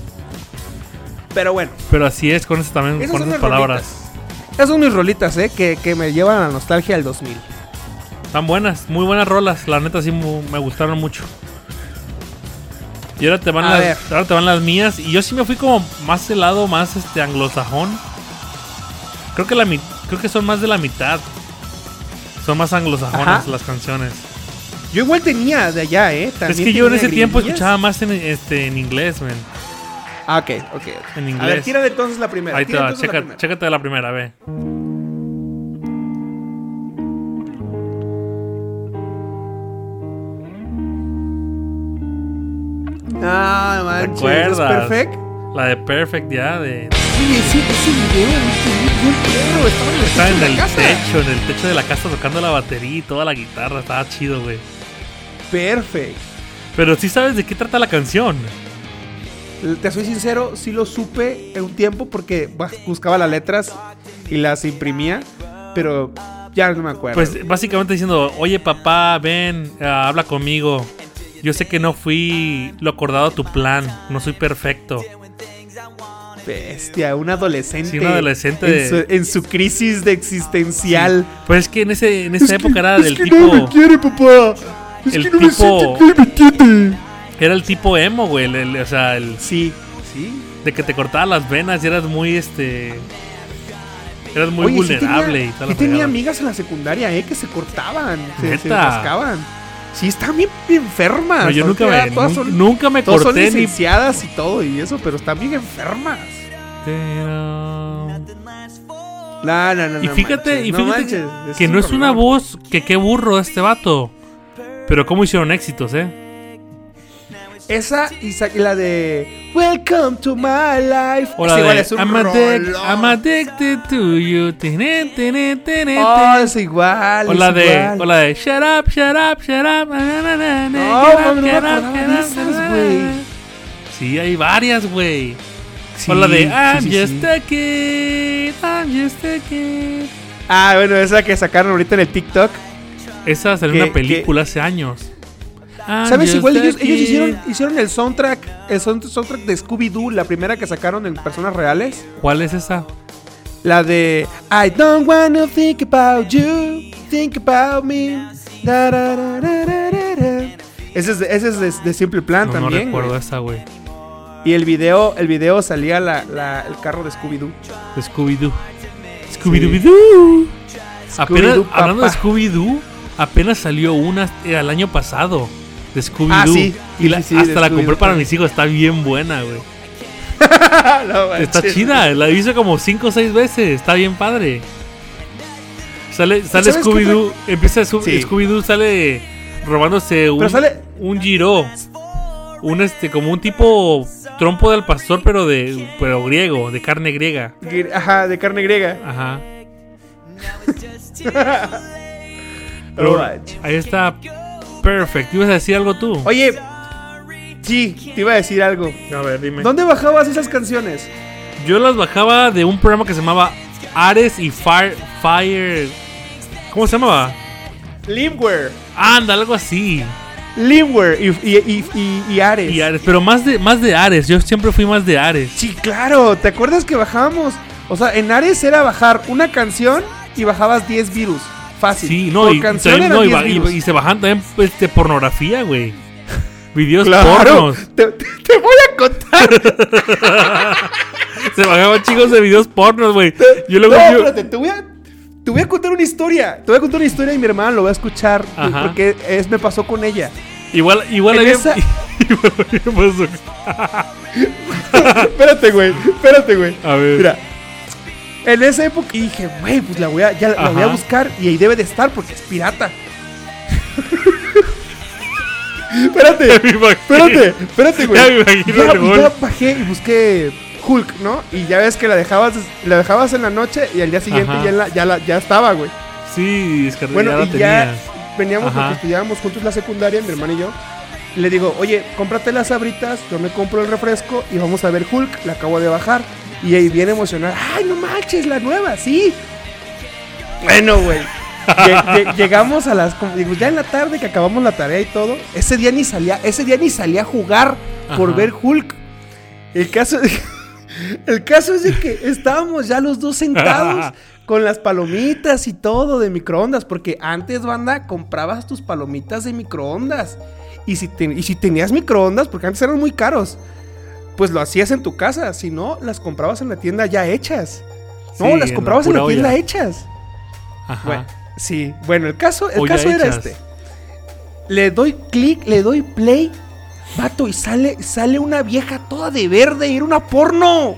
Speaker 5: Pero bueno,
Speaker 4: Pero así es con esas también
Speaker 5: Esas
Speaker 4: con
Speaker 5: son
Speaker 4: esas
Speaker 5: las
Speaker 4: palabras.
Speaker 5: esas son mis rolitas, ¿eh? Que, que me llevan a la nostalgia del 2000.
Speaker 4: Están buenas, muy buenas rolas. La neta sí mu- me gustaron mucho. Y ahora te van
Speaker 5: A ver.
Speaker 4: las, ahora te van las mías. Y yo sí me fui como más helado, más este anglosajón. Creo que la mi- creo que son más de la mitad. Son más anglosajonas
Speaker 5: Ajá.
Speaker 4: las canciones.
Speaker 5: Yo igual tenía de allá, ¿eh?
Speaker 4: es
Speaker 5: También
Speaker 4: que yo en
Speaker 5: tenía
Speaker 4: ese tiempo
Speaker 5: gringuillas.
Speaker 4: escuchaba más en, este, en inglés, men.
Speaker 5: Ah, ok, ok.
Speaker 4: En
Speaker 5: A ver,
Speaker 4: inglés.
Speaker 5: tírale entonces la primera.
Speaker 4: Ahí te
Speaker 5: tira
Speaker 4: va,
Speaker 5: entonces la
Speaker 4: checa-
Speaker 5: primera.
Speaker 4: chécate la primera, ve.
Speaker 5: Ah,
Speaker 4: ¿Te
Speaker 5: manches. ¿Es
Speaker 4: acuerdas?
Speaker 5: perfect?
Speaker 4: La de Perfect ya, de...
Speaker 5: Oye, ese, ese video, ese video, el perro, estaba en
Speaker 4: Estaba en
Speaker 5: el techo de la
Speaker 4: el
Speaker 5: casa.
Speaker 4: techo, en el techo de la casa tocando la batería y toda la guitarra. Estaba chido, güey.
Speaker 5: Perfect.
Speaker 4: Pero sí sabes de qué trata la canción.
Speaker 5: Te soy sincero, sí lo supe en un tiempo porque bas- buscaba las letras y las imprimía, pero ya no me acuerdo.
Speaker 4: Pues básicamente diciendo, oye papá, ven, ah, habla conmigo. Yo sé que no fui lo acordado a tu plan, no soy perfecto.
Speaker 5: bestia, un adolescente.
Speaker 4: Sí, un adolescente
Speaker 5: En su,
Speaker 4: de-
Speaker 5: en su crisis de existencial.
Speaker 4: Pues es que en, ese, en esa época era del tipo...
Speaker 5: quiere, papá.
Speaker 4: el tipo...
Speaker 5: me quiere.
Speaker 4: Era el tipo emo, güey. el- el- o sea, el,
Speaker 5: Sí, sí.
Speaker 4: de que te cortaba las venas y eras muy, este... Eras muy
Speaker 5: Oye, sí
Speaker 4: vulnerable
Speaker 5: tenía-
Speaker 4: y tal.
Speaker 5: sí tenía amigas en la secundaria, eh, que se cortaban, se, se
Speaker 4: Neta.
Speaker 5: rascaban. Sí, estaban bien enfermas.
Speaker 4: No, yo nunca
Speaker 5: Ahorita
Speaker 4: me,
Speaker 5: Ah, todas
Speaker 4: nun-
Speaker 5: son-
Speaker 4: nunca me
Speaker 5: Todas son
Speaker 4: corté ni
Speaker 5: licenciadas y todo y eso, pero están bien enfermas. No, no, no,
Speaker 4: Y
Speaker 5: no
Speaker 4: fíjate,
Speaker 5: manches,
Speaker 4: y
Speaker 5: no
Speaker 4: fíjate
Speaker 5: manches,
Speaker 4: que no es una
Speaker 5: problema.
Speaker 4: voz que qué burro este vato. Pero cómo hicieron éxitos, ¿eh?
Speaker 5: Esa y sa- y la de Welcome to my life.
Speaker 4: O la
Speaker 5: Esa igual
Speaker 4: de
Speaker 5: es un
Speaker 4: I'm, addic-
Speaker 5: rolón.
Speaker 4: I'm addicted to you. tene, tene, tene,
Speaker 5: Oh,
Speaker 4: tene.
Speaker 5: es igual.
Speaker 4: o
Speaker 5: es
Speaker 4: la de
Speaker 5: igual.
Speaker 4: o la de Shut up, shut up, shut up. na, na, na, na,
Speaker 5: No,
Speaker 4: get up,
Speaker 5: mami, no me
Speaker 4: get up,
Speaker 5: acordaba
Speaker 4: get
Speaker 5: de
Speaker 4: up,
Speaker 5: esas,
Speaker 4: na, na,
Speaker 5: güey.
Speaker 4: na. Sí, hay varias, güey.
Speaker 5: Sí,
Speaker 4: o la de I'm
Speaker 5: sí, sí,
Speaker 4: just
Speaker 5: sí.
Speaker 4: a kid. I'm just a kid.
Speaker 5: Ah, bueno, esa que sacaron ahorita en el TikTok.
Speaker 4: Esa salió
Speaker 5: Que-
Speaker 4: en una película hace años. Ah,
Speaker 5: ¿Sabes? Igual ellos, ellos hicieron, hicieron el soundtrack, el sound- soundtrack de Scooby-Doo, la primera que sacaron en personas reales.
Speaker 4: ¿Cuál es esa?
Speaker 5: La de I don't wanna think about you, think about me. Da, da, da, da, da, da, da. Ese es, de, ese es de, de Simple Plan
Speaker 4: No, no
Speaker 5: Ah, también.
Speaker 4: recuerdo
Speaker 5: güey.
Speaker 4: esa, güey.
Speaker 5: Y el video, el video salía la, la- el carro de Scooby-Doo.
Speaker 4: De Scooby-Doo. Scooby-Doo. Apenas,
Speaker 5: Scooby-Doo,
Speaker 4: hablando de
Speaker 5: papá.
Speaker 4: Scooby-Doo, apenas salió una eh, al año pasado. De Scooby-Doo.
Speaker 5: Ah, sí.
Speaker 4: Y la-
Speaker 5: Sí, sí, sí,
Speaker 4: hasta
Speaker 5: de
Speaker 4: la compré
Speaker 5: Scooby-Doo
Speaker 4: para
Speaker 5: también.
Speaker 4: mis hijos. Está bien buena, güey.
Speaker 5: No manches.
Speaker 4: Está chida. La hice como 5 o 6 veces. Está bien padre. Sale, sale
Speaker 5: sabes qué
Speaker 4: Scooby-Doo. Empieza Sco-
Speaker 5: Sí.
Speaker 4: Scooby-Doo. Sale robándose un,
Speaker 5: sale-
Speaker 4: un giro. Un este, como un tipo trompo del pastor, pero de pero griego, de carne griega.
Speaker 5: Gri- Ajá, de carne griega.
Speaker 4: Ajá. Pero
Speaker 5: Alright.
Speaker 4: ahí está. Perfect. ¿Ibas a decir algo tú?
Speaker 5: Oye, sí, te iba a decir algo.
Speaker 4: a ver, dime.
Speaker 5: ¿Dónde bajabas esas canciones?
Speaker 4: Yo las bajaba de un programa que se llamaba Ares y Fire. Fire ¿Cómo se llamaba?
Speaker 5: Limware.
Speaker 4: Anda, algo así.
Speaker 5: Limware y, y, y, y- y Ares.
Speaker 4: Y Ares, pero más de, más de Ares. Yo siempre fui más de Ares.
Speaker 5: Sí, claro. ¿Te acuerdas que bajábamos? O sea, en Ares era bajar una canción y bajabas 10 virus. Fácil.
Speaker 4: Sí, no,
Speaker 5: Por
Speaker 4: y,
Speaker 5: canción
Speaker 4: también,
Speaker 5: eran
Speaker 4: no, y
Speaker 5: 10
Speaker 4: ba- y-
Speaker 5: virus.
Speaker 4: y se bajan también este, pornografía, güey. Videos
Speaker 5: Claro.
Speaker 4: pornos.
Speaker 5: Te, te- te voy a contar.
Speaker 4: Se bajaban chicos de videos pornos, güey. Yo luego.
Speaker 5: no,
Speaker 4: yo-
Speaker 5: espérate, te voy a. Te voy a contar una historia. Te voy a contar una historia y mi hermana lo va a escuchar
Speaker 4: Ajá.
Speaker 5: porque es, me pasó con ella.
Speaker 4: igual, igual
Speaker 5: en
Speaker 4: había.
Speaker 5: esa-
Speaker 4: igual había pasado.
Speaker 5: espérate, güey. Espérate, güey.
Speaker 4: A ver.
Speaker 5: Mira. En esa época y dije, güey, pues la voy a, ya la, la voy a
Speaker 4: Ajá.
Speaker 5: buscar y ahí debe de estar porque es pirata. espérate.
Speaker 4: Me imagino.
Speaker 5: Espérate, espérate, güey.
Speaker 4: Ya me imagino
Speaker 5: Ya-
Speaker 4: el gol.
Speaker 5: ya bajé y busqué Hulk, ¿no? Y ya ves que la dejabas, la dejabas en la noche y al día siguiente
Speaker 4: Ajá.
Speaker 5: ya, en la- ya, la- ya estaba, güey.
Speaker 4: Sí, descargué.
Speaker 5: Bueno,
Speaker 4: ya la
Speaker 5: y
Speaker 4: tenía.
Speaker 5: ya veníamos
Speaker 4: Ajá.
Speaker 5: porque estudiábamos juntos la secundaria, mi hermano y yo. Y le digo, oye, cómprate las abritas, yo me compro el refresco y vamos a ver Hulk, la acabo de bajar. Y ahí bien emocionada, ay, no manches, la nueva, sí. Bueno, güey. Lle- lle- llegamos a las como- digo, ya en la tarde que acabamos la tarea y todo ese día ni salía ese día ni salía a jugar por
Speaker 4: Ajá.
Speaker 5: ver Hulk el caso el caso es de que estábamos ya los dos sentados con las palomitas y todo de microondas porque antes banda comprabas tus palomitas de microondas y si, ten- y si tenías microondas porque antes eran muy caros pues lo hacías en tu casa si no las comprabas en la tienda ya hechas no
Speaker 4: Sí, en
Speaker 5: las
Speaker 4: la
Speaker 5: comprabas en la
Speaker 4: pura
Speaker 5: tienda
Speaker 4: olla.
Speaker 5: hechas
Speaker 4: Ajá.
Speaker 5: bueno, sí, bueno, el caso, el
Speaker 4: O ya
Speaker 5: caso era
Speaker 4: hechas.
Speaker 5: este. Le doy clic, le doy play, vato, y sale, sale una vieja toda de verde, y era una porno.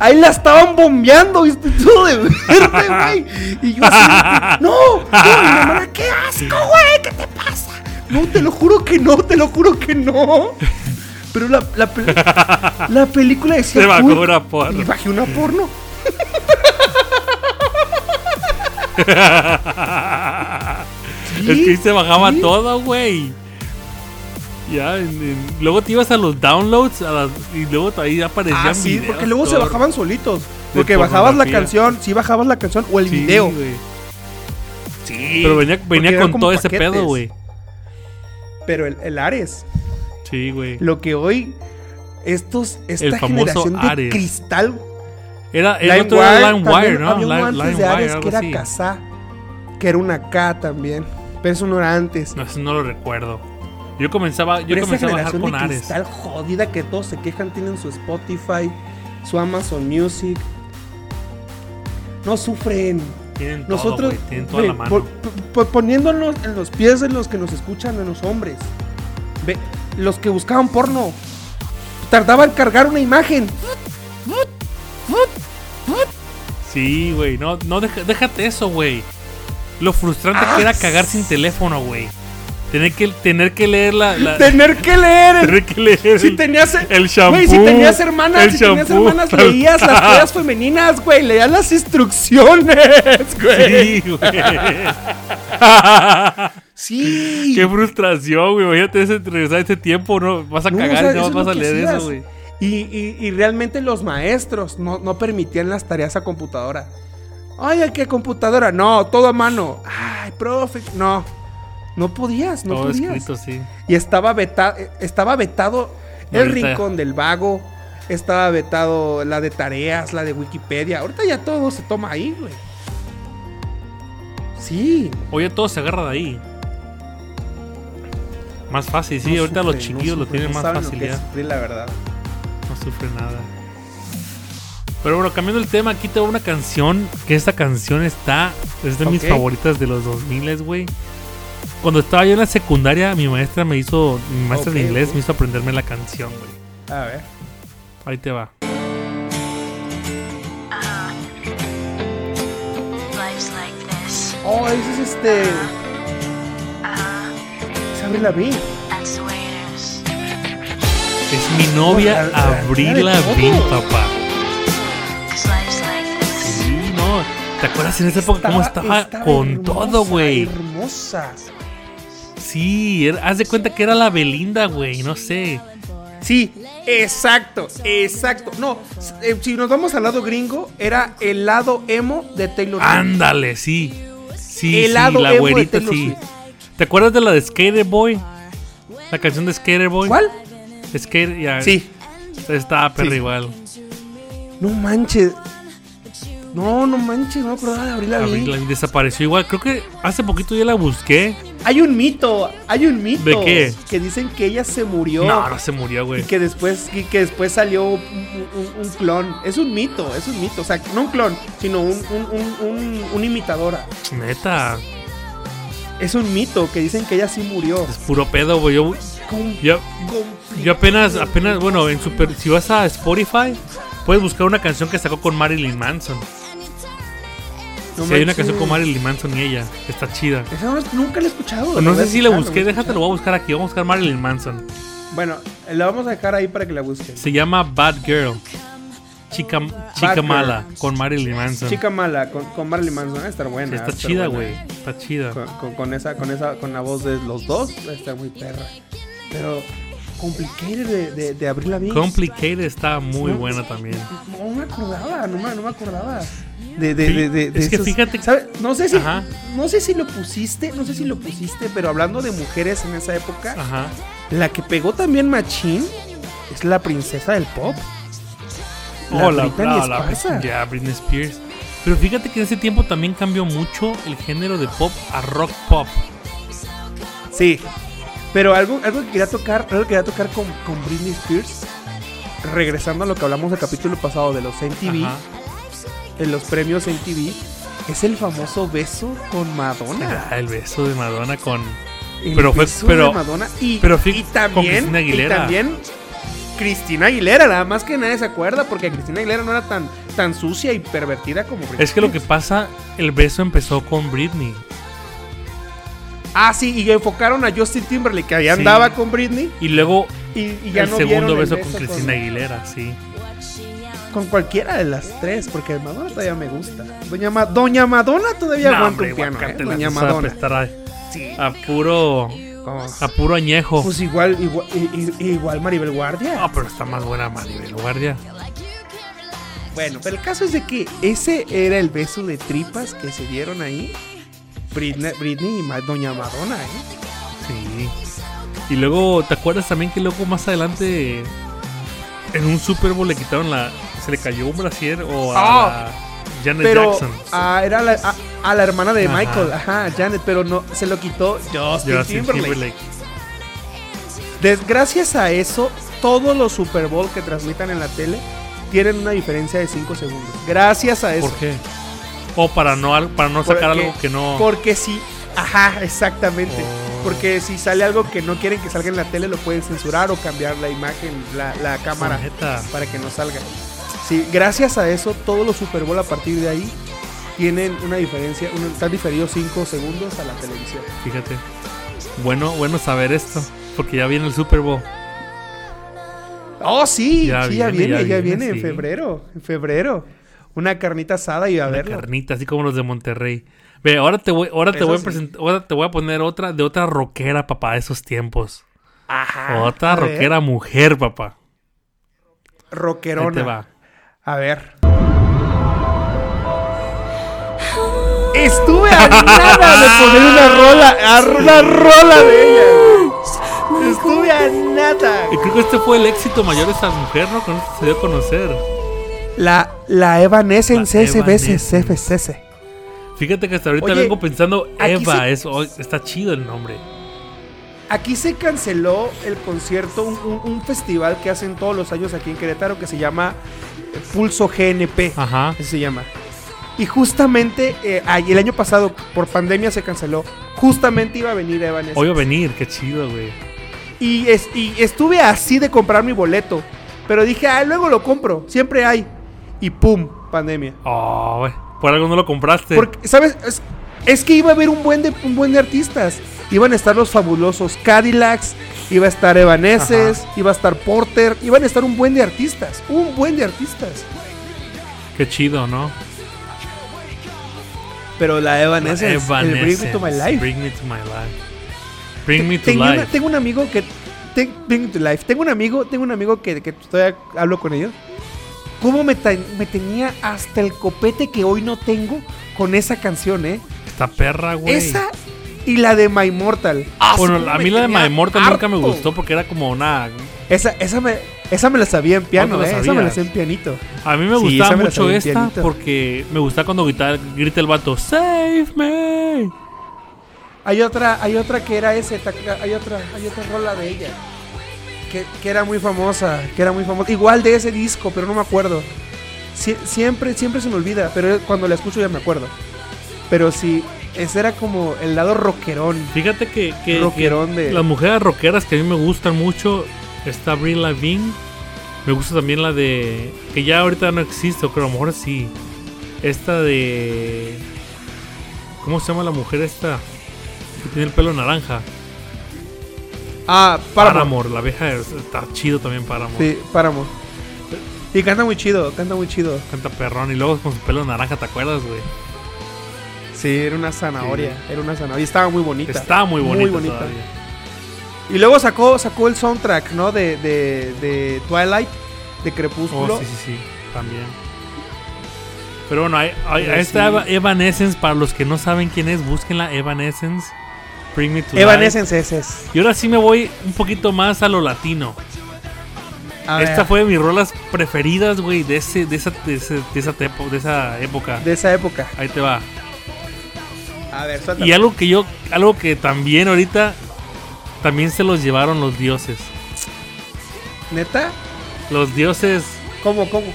Speaker 5: Ahí la estaban bombeando, ¿viste? Todo de verde, güey. Y yo así, no, no, y mi hermana, qué asco, güey, ¿qué te pasa? No, te lo juro que no, te lo juro que no. Pero la, la, pel- la película decía.
Speaker 4: Se bajó
Speaker 5: "Uy",
Speaker 4: una porno.
Speaker 5: Y bajé una porno.
Speaker 4: Es que ahí se bajaba
Speaker 5: sí.
Speaker 4: todo, güey. Ya, en- en- luego te ibas a los downloads a las- y luego ahí aparecían
Speaker 5: Ah, sí,
Speaker 4: videos,
Speaker 5: porque luego se
Speaker 4: todo.
Speaker 5: bajaban solitos. Porque bajabas la
Speaker 4: pornografía.
Speaker 5: canción, sí bajabas la canción o el
Speaker 4: Sí,
Speaker 5: video.
Speaker 4: güey.
Speaker 5: Sí.
Speaker 4: Pero venía, venía
Speaker 5: eran
Speaker 4: con
Speaker 5: como
Speaker 4: todo ese
Speaker 5: paquetes.
Speaker 4: pedo, güey.
Speaker 5: Pero el, el Ares,
Speaker 4: Sí, güey.
Speaker 5: lo que hoy estos esta
Speaker 4: El famoso
Speaker 5: generación de
Speaker 4: Ares.
Speaker 5: cristal
Speaker 4: Era el otro era LimeWire,
Speaker 5: también
Speaker 4: ¿no?
Speaker 5: había uno
Speaker 4: Lime-
Speaker 5: antes de
Speaker 4: LimeWire,
Speaker 5: Ares que
Speaker 4: algo
Speaker 5: era
Speaker 4: así.
Speaker 5: Kazaa, que era una K también, pero eso no era antes.
Speaker 4: No, eso no lo recuerdo. Yo comenzaba, yo
Speaker 5: pero esa
Speaker 4: comenzaba a bajar
Speaker 5: generación
Speaker 4: con
Speaker 5: de
Speaker 4: Ares.
Speaker 5: cristal jodida que todos se quejan tienen su Spotify, su Amazon Music. No sufren.
Speaker 4: Tienen todo,
Speaker 5: Nosotros,
Speaker 4: güey, tienen toda
Speaker 5: ve,
Speaker 4: la mano.
Speaker 5: po- po- po- poniéndonos en los pies de los que nos escuchan, a los hombres. Ve, los que buscaban porno. Tardaba en cargar una imagen.
Speaker 4: Sí, güey. No, no deja- déjate eso, güey. Lo frustrante que
Speaker 5: Ah,
Speaker 4: era cagar sin teléfono, güey. Tener que, tener que leer la. la-
Speaker 5: Tener que leer. el-
Speaker 4: tener que leer.
Speaker 5: si
Speaker 4: el-
Speaker 5: tenías eh,
Speaker 4: el
Speaker 5: güey, si
Speaker 4: shampoo,
Speaker 5: tenías hermanas,
Speaker 4: el
Speaker 5: si tenías
Speaker 4: shampoo,
Speaker 5: hermanas,
Speaker 4: tal-
Speaker 5: leías las toallas femeninas, güey, leías las instrucciones, güey.
Speaker 4: Sí, güey.
Speaker 5: Sí.
Speaker 4: Qué frustración, güey. Imagínate ese, regresar a ese tiempo, ¿no? Vas a
Speaker 5: No,
Speaker 4: cagar
Speaker 5: o sea,
Speaker 4: y no
Speaker 5: eso es
Speaker 4: vas
Speaker 5: lo
Speaker 4: a
Speaker 5: que
Speaker 4: leer
Speaker 5: hacías.
Speaker 4: eso, güey.
Speaker 5: Y, y- y realmente los maestros no, no permitían las tareas a computadora. Ay, ¿qué computadora? No, todo a mano. Ay, profe. No. No podías, no
Speaker 4: Todo
Speaker 5: podías.
Speaker 4: escrito, sí.
Speaker 5: Y estaba, veta- estaba vetado el
Speaker 4: Ahorita-
Speaker 5: rincón del vago. Estaba vetado la de tareas, la de Wikipedia. Ahorita ya todo se toma ahí, güey. Sí.
Speaker 4: Oye, todo se agarra de ahí. Más fácil, sí.
Speaker 5: No
Speaker 4: Ahorita los
Speaker 5: sufren, no
Speaker 4: chiquillos lo
Speaker 5: sufren,
Speaker 4: tienen
Speaker 5: no
Speaker 4: más
Speaker 5: saben lo que es
Speaker 4: facilidad.
Speaker 5: sufrir, la verdad.
Speaker 4: No sufre nada. Pero bueno, cambiando el tema, aquí tengo una canción. Que esta canción está. Es de mis
Speaker 5: Ok.
Speaker 4: favoritas de los 2000, güey. Cuando estaba yo en la secundaria, mi maestra me hizo. Mi maestra
Speaker 5: Ok,
Speaker 4: de inglés
Speaker 5: ok.
Speaker 4: me hizo aprenderme la canción, güey.
Speaker 5: A ver.
Speaker 4: Ahí te va.
Speaker 1: Life's like this.
Speaker 5: Oh, ese es este. Se abre la vi.
Speaker 1: That's the way it is.
Speaker 4: Es mi novia
Speaker 5: No, la- la- la de
Speaker 4: Abril Lavigne,
Speaker 5: todos.
Speaker 4: papá.
Speaker 1: 'Cause life's like this.
Speaker 4: Sí, no. ¿Te acuerdas en esa época cómo estaba, con todo, güey?
Speaker 5: Hermosa.
Speaker 4: Sí, era- haz de cuenta que era la Belinda, güey. No sé.
Speaker 5: Sí, exacto, exacto. No, s- eh, si nos vamos al lado gringo, era el lado emo de Taylor Swift.
Speaker 4: Ándale, sí. Sí, sí,
Speaker 5: Helado
Speaker 4: la
Speaker 5: emo de
Speaker 4: güerita,
Speaker 5: Taylor
Speaker 4: sí.
Speaker 5: Swift.
Speaker 4: ¿Te acuerdas de la de Skater Boy? La canción de Skater Boy.
Speaker 5: ¿Cuál?
Speaker 4: Skater, ya.
Speaker 5: Sí.
Speaker 4: Estaba perro
Speaker 5: Sí.
Speaker 4: igual.
Speaker 5: No manches. No, no manches, no me acordaba de Abril Lavigne.
Speaker 4: Avril Lavigne desapareció igual. Creo que hace poquito ya la busqué.
Speaker 5: Hay un mito, hay un mito.
Speaker 4: ¿De qué?
Speaker 5: Que dicen que ella se murió.
Speaker 4: No, no se murió,
Speaker 5: Y
Speaker 4: güey.
Speaker 5: que después, y que después salió un, un- un clon. Es un mito, es un mito. O sea, no un clon, sino un, un- un- un- una imitadora.
Speaker 4: Neta.
Speaker 5: Es un mito que dicen que ella sí murió.
Speaker 4: Es puro pedo, güey. Yo,
Speaker 5: Com-
Speaker 4: yo,
Speaker 5: com-
Speaker 4: yo apenas, apenas, bueno, en super, si vas a Spotify, puedes buscar una canción que sacó con Marilyn Manson.
Speaker 5: no
Speaker 4: si hay una
Speaker 5: manches.
Speaker 4: canción con Marilyn Manson y ella, está chida.
Speaker 5: Esa no- nunca la Ah, he escuchado.
Speaker 4: No
Speaker 5: voy a
Speaker 4: sé si la
Speaker 5: escuchar,
Speaker 4: busqué,
Speaker 5: voy a
Speaker 4: déjate, lo voy a buscar aquí. Vamos a buscar Marilyn Manson.
Speaker 5: escuchar. Bueno, la vamos a dejar ahí para que la busquen.
Speaker 4: Se llama Bad Girl. Chica, chica
Speaker 5: Girl.
Speaker 4: mala con Marilyn Manson.
Speaker 5: Chica mala con, con Marilyn Manson. ah, Estar buena.
Speaker 4: está
Speaker 5: estar
Speaker 4: chida,
Speaker 5: buena.
Speaker 4: güey. Está chida.
Speaker 5: Con, con- con esa, con esa, con la voz de los dos, está muy perra. Pero Complicated de, de, de Abril Lavigne.
Speaker 4: Complicated está muy buena también.
Speaker 5: No me acordaba, no me, no me acordaba. De, de, de, de- de
Speaker 4: Es que
Speaker 5: esos-
Speaker 4: fíjate-
Speaker 5: ¿sabe? No sé si,
Speaker 4: Ajá.
Speaker 5: no sé si lo pusiste, no sé si lo pusiste, pero hablando de mujeres en esa época,
Speaker 4: Ajá.
Speaker 5: la que pegó también Machín es la princesa del pop. La
Speaker 4: Oh, la,
Speaker 5: Britney
Speaker 4: la- la-
Speaker 5: Esparza.
Speaker 4: ya, Britney Spears. Pero fíjate que en ese tiempo también cambió mucho el género de pop a rock pop.
Speaker 5: Sí. Pero algo, algo que quería tocar, algo que quería tocar con, con Britney Spears, regresando a lo que hablamos del capítulo pasado de los MTV,
Speaker 4: Ajá.
Speaker 5: de los premios MTV, es el famoso beso con Madonna.
Speaker 4: Ah, el beso de Madonna con.
Speaker 5: El
Speaker 4: Pero fue-
Speaker 5: beso
Speaker 4: pero-
Speaker 5: de Madonna y,
Speaker 4: pero fui
Speaker 5: y
Speaker 4: con
Speaker 5: también
Speaker 4: Cristina
Speaker 5: y
Speaker 4: Aguilera.
Speaker 5: también Cristina Aguilera, nada más que nadie se acuerda porque Cristina Aguilera no era tan tan sucia y pervertida como Britney.
Speaker 4: Es que lo que
Speaker 5: Spears.
Speaker 4: pasa, el beso empezó con Britney.
Speaker 5: Ah, sí, y enfocaron a Justin Timberlake que ahí
Speaker 4: Sí.
Speaker 5: andaba con Britney
Speaker 4: Y luego
Speaker 5: y, y ya
Speaker 4: el
Speaker 5: no vieron
Speaker 4: segundo
Speaker 5: el
Speaker 4: beso, con Cristina Aguilera, sí.
Speaker 5: Con cualquiera de las tres, porque Madonna todavía me gusta. Doña, Ma- Doña Madonna todavía
Speaker 4: No,
Speaker 5: aguanta
Speaker 4: hombre,
Speaker 5: un piano, eh,
Speaker 4: guacátela,
Speaker 5: Doña
Speaker 4: se sabe
Speaker 5: Madonna.
Speaker 4: apestar a,
Speaker 5: Sí.
Speaker 4: a puro.
Speaker 5: ¿Cómo?
Speaker 4: Ah, A puro añejo.
Speaker 5: Pues igual, igual, i- i- igual Maribel Guardia.
Speaker 4: Ah, pero está más buena Maribel Guardia.
Speaker 5: Bueno, pero el caso es de que ese era el beso de tripas que se dieron ahí. Britney, Britney y Ma- Doña Madonna, ¿eh?
Speaker 4: Sí. Y luego, ¿te acuerdas también que luego más adelante en un Super Bowl le quitaron la. Se le cayó un brasier o a
Speaker 5: Ah,
Speaker 4: la Janet
Speaker 5: Pero
Speaker 4: Jackson?
Speaker 5: ah, era la- a, a la hermana de
Speaker 4: Ajá.
Speaker 5: Michael, ajá, Janet, pero no se lo quitó Justin,
Speaker 4: Justin
Speaker 5: Timberlake.
Speaker 4: Timberlake.
Speaker 5: Des- gracias a eso, todos los Super Bowl que transmitan en la tele tienen una diferencia de 5 segundos. Gracias a eso.
Speaker 4: ¿Por qué? O para no, al- para no sacar
Speaker 5: Porque-
Speaker 4: algo que no.
Speaker 5: Porque si. Ajá, exactamente.
Speaker 4: Oh.
Speaker 5: Porque si sale algo que no quieren que salga en la tele, lo pueden censurar o cambiar la imagen, la, la cámara,
Speaker 4: Neta.
Speaker 5: para que no salga. Sí, gracias a eso, todos los Super Bowl a partir de ahí tienen una diferencia, un- están diferidos 5 segundos a la televisión.
Speaker 4: Fíjate. Bueno, bueno saber esto. Porque ya viene el Super Bowl.
Speaker 5: Oh, sí,
Speaker 4: Ya
Speaker 5: sí, ya
Speaker 4: viene,
Speaker 5: viene,
Speaker 4: ya
Speaker 5: ya viene,
Speaker 4: viene, sí.
Speaker 5: en febrero, en febrero. Una carnita asada y a
Speaker 4: Una
Speaker 5: verlo.
Speaker 4: carnita, así como los de Monterrey. Ve, ahora te voy, ahora te
Speaker 5: Eso
Speaker 4: voy a
Speaker 5: sí.
Speaker 4: presentar, ahora te voy a poner otra de otra rockera, papá, de esos tiempos.
Speaker 5: Ajá.
Speaker 4: otra
Speaker 5: a ver.
Speaker 4: rockera mujer, papá. Ahí
Speaker 5: Rockerona.
Speaker 4: te va.
Speaker 5: A ver. Estuve a nada de poner una rola, a una rola de ella. güey. Estuve a nada.
Speaker 4: Y creo que este fue el éxito mayor de esta mujer, ¿no? Con esto se dio a conocer.
Speaker 5: La, la Evanescence
Speaker 4: La
Speaker 5: SBCC,
Speaker 4: Evanescence.
Speaker 5: FCC.
Speaker 4: Fíjate que hasta ahorita
Speaker 5: Oye,
Speaker 4: vengo pensando,
Speaker 5: aquí
Speaker 4: Eva,
Speaker 5: se-
Speaker 4: es, oh, está chido el nombre.
Speaker 5: Aquí se canceló el concierto, un, un- un festival que hacen todos los años aquí en Querétaro que se llama Pulso GNP.
Speaker 4: Ajá.
Speaker 5: Así se llama. Y justamente eh, ay, el año pasado, por pandemia, se canceló. Justamente iba a venir Evanescence.
Speaker 4: Hoy va a venir, qué chido, güey.
Speaker 5: Y, es- y estuve así de comprar mi boleto. Pero dije, ah, luego lo compro. Siempre hay. Y pum, pandemia.
Speaker 4: Oh, güey. Por algo no lo compraste.
Speaker 5: Porque, ¿sabes? Es, es que iba a haber un buen, de, un buen de artistas. Iban a estar los fabulosos Cadillacs. Iba a estar Evaneses. Iba a estar Porter. Iban a estar un buen de artistas. Un buen de artistas.
Speaker 4: Qué chido, ¿no?
Speaker 5: Pero la Evanescence. El Bring Me
Speaker 4: Evanescence,
Speaker 5: to My Life.
Speaker 4: Bring me to my life. Bring me to
Speaker 5: Tenía una-
Speaker 4: life.
Speaker 5: tengo un amigo que te- Bring to life. Tengo un amigo, tengo un amigo que, que todavía hablo con ellos. ¿Cómo me, ten- me tenía hasta el copete que hoy no tengo con esa canción, eh?
Speaker 4: está perra, güey.
Speaker 5: Esa y la de My Mortal.
Speaker 4: Bueno, a mí la de My Mortal nunca me
Speaker 5: harto.
Speaker 4: gustó porque era como una.
Speaker 5: Esa, esa, me, esa me la sabía en piano,
Speaker 4: No te
Speaker 5: eh,
Speaker 4: la
Speaker 5: esa me la
Speaker 4: sabías.
Speaker 5: sé en pianito.
Speaker 4: A mí me
Speaker 5: Sí,
Speaker 4: gustaba
Speaker 5: esa me la
Speaker 4: mucho
Speaker 5: sabía
Speaker 4: esta
Speaker 5: pianito.
Speaker 4: porque me gustaba cuando grita, grita el vato: ¡Save me!
Speaker 5: Hay otra, hay otra que era ese, ta- hay otra, hay otra rola de ella. Que, que era muy famosa, que era muy famosa. Igual de ese disco, pero no me acuerdo. Sie- siempre, siempre se me olvida, pero cuando la escucho ya me acuerdo. Pero sí, ese era como el lado rockerón.
Speaker 4: Fíjate que, que-
Speaker 5: Rockerón
Speaker 4: que
Speaker 5: de-
Speaker 4: las mujeres rockeras que a mí me gustan mucho está Brie Lavigne. Me gusta también la de que ya ahorita no existe, pero a lo mejor sí. Esta de ¿Cómo se llama la mujer esta que tiene el pelo naranja?
Speaker 5: Ah, Paramore.
Speaker 4: Paramore, la abeja es- está chido también Paramore.
Speaker 5: Sí, Paramore. Y canta muy chido, canta muy chido.
Speaker 4: Canta perrón y luego con su pelo naranja, ¿te acuerdas, güey?
Speaker 5: Sí, era una zanahoria, era una zanahoria. Estaba muy bonita.
Speaker 4: Está muy bonita,
Speaker 5: Muy bonita.
Speaker 4: todavía.
Speaker 5: Y luego sacó, sacó el soundtrack, ¿no? De, de, de Twilight, de Crepúsculo.
Speaker 4: Oh, sí, sí, sí, también. Pero bueno, hay, hay-
Speaker 5: Pero
Speaker 4: ahí está
Speaker 5: sí.
Speaker 4: Eva- Evanescence. Para los que no saben quién es, búsquenla. Evanescence. Bring me to Life.
Speaker 5: Evanescence ese es.
Speaker 4: Y ahora sí me voy un poquito más a lo latino.
Speaker 5: A
Speaker 4: Esta
Speaker 5: ver,
Speaker 4: fue de mis rolas preferidas, güey, de, ese, de, esa, de, ese- de esa tepo- de esa época.
Speaker 5: de esa época.
Speaker 4: Ahí te va.
Speaker 5: A ver, suéltala.
Speaker 4: Y algo que yo, algo que también ahorita, también se los llevaron los dioses.
Speaker 5: ¿Neta?
Speaker 4: Los dioses,
Speaker 5: ¿Cómo, cómo?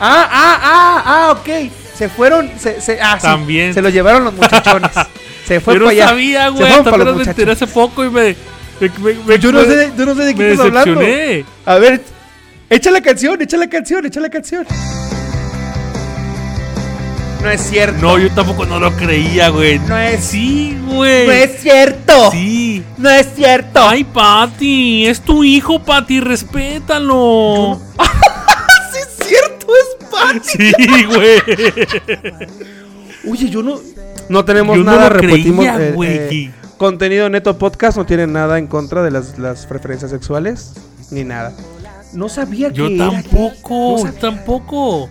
Speaker 5: Ah, ah, ah, ah, ok. Se fueron, se, se, ah, sí.
Speaker 4: También.
Speaker 5: Se lo llevaron los muchachones. se fue
Speaker 4: yo no
Speaker 5: para allá.
Speaker 4: sabía,
Speaker 5: Se
Speaker 4: güey,
Speaker 5: fueron
Speaker 4: hasta
Speaker 5: para los
Speaker 4: apenas me
Speaker 5: muchachos.
Speaker 4: enteré hace poco y me, me- me- me-
Speaker 5: Yo no
Speaker 4: me-
Speaker 5: sé, de- yo no sé de
Speaker 4: me
Speaker 5: qué estás hablando.
Speaker 4: decepcioné.
Speaker 5: A ver, echa la canción, echa la canción, echa la canción. No es cierto.
Speaker 4: No, yo tampoco no lo creía, güey.
Speaker 5: No es-
Speaker 4: Sí, güey.
Speaker 5: No es cierto.
Speaker 4: Sí.
Speaker 5: No es cierto.
Speaker 4: Ay, Patty, es tu hijo, Patty, respétalo.
Speaker 5: sí es cierto, es Patty.
Speaker 4: Sí, güey.
Speaker 5: Oye, yo no. No tenemos
Speaker 4: Yo no
Speaker 5: nada,
Speaker 4: lo
Speaker 5: repetimos.
Speaker 4: creía,
Speaker 5: eh,
Speaker 4: güey.
Speaker 5: eh, contenido neto podcast no tiene nada en contra de las, las preferencias sexuales ni nada. No sabía que.
Speaker 4: Yo
Speaker 5: era
Speaker 4: tampoco,
Speaker 5: gay. No sab-
Speaker 4: tampoco.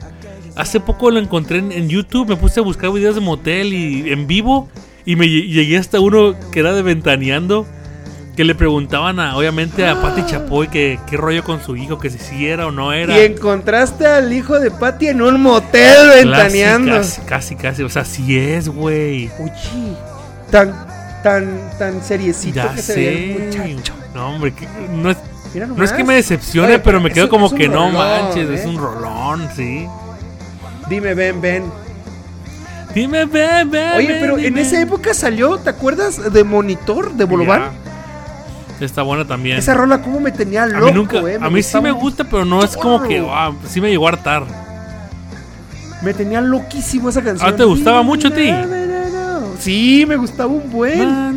Speaker 4: Hace poco lo encontré en, en YouTube, me puse a buscar videos de motel y en vivo y me lle- llegué hasta uno que era de ventaneando que le preguntaban a, obviamente a Patty Chapoy que qué rollo con su hijo, que si sí era o no era.
Speaker 5: Ah. Y encontraste al hijo de Patty en un motel ventaneando.
Speaker 4: Casi, casi, casi, o sea, sí es, güey.
Speaker 5: Oye, tan, tan, tan seriecito
Speaker 4: Ya
Speaker 5: que se veía el
Speaker 4: sé.
Speaker 5: muchacho.
Speaker 4: No, hombre, que- no es,
Speaker 5: Mira
Speaker 4: no es que me
Speaker 5: nomás.
Speaker 4: decepcione,
Speaker 5: Oye,
Speaker 4: pero me
Speaker 5: es
Speaker 4: quedo
Speaker 5: un-
Speaker 4: como
Speaker 5: es un
Speaker 4: que no
Speaker 5: rolón,
Speaker 4: manches,
Speaker 5: ¿eh?
Speaker 4: es un rolón, sí.
Speaker 5: Dime, ven, ven.
Speaker 4: Dime, ven, ven.
Speaker 5: Oye,
Speaker 4: ven,
Speaker 5: pero en
Speaker 4: dime.
Speaker 5: esa época salió, ¿te acuerdas de Monitor de Bolobán?
Speaker 4: Ya. Está buena también.
Speaker 5: Esa rola, ¿cómo me tenía
Speaker 4: a
Speaker 5: loco?
Speaker 4: mí nunca,
Speaker 5: eh,
Speaker 4: a mí sí
Speaker 5: gustaba
Speaker 4: me
Speaker 5: un
Speaker 4: gusta, pero no es como que, wow, sí me llegó a hartar.
Speaker 5: Me tenía loquísimo esa canción.
Speaker 4: Ah, ¿te gustaba mucho a ti? Ah,
Speaker 5: Sí, me gustaba un buen.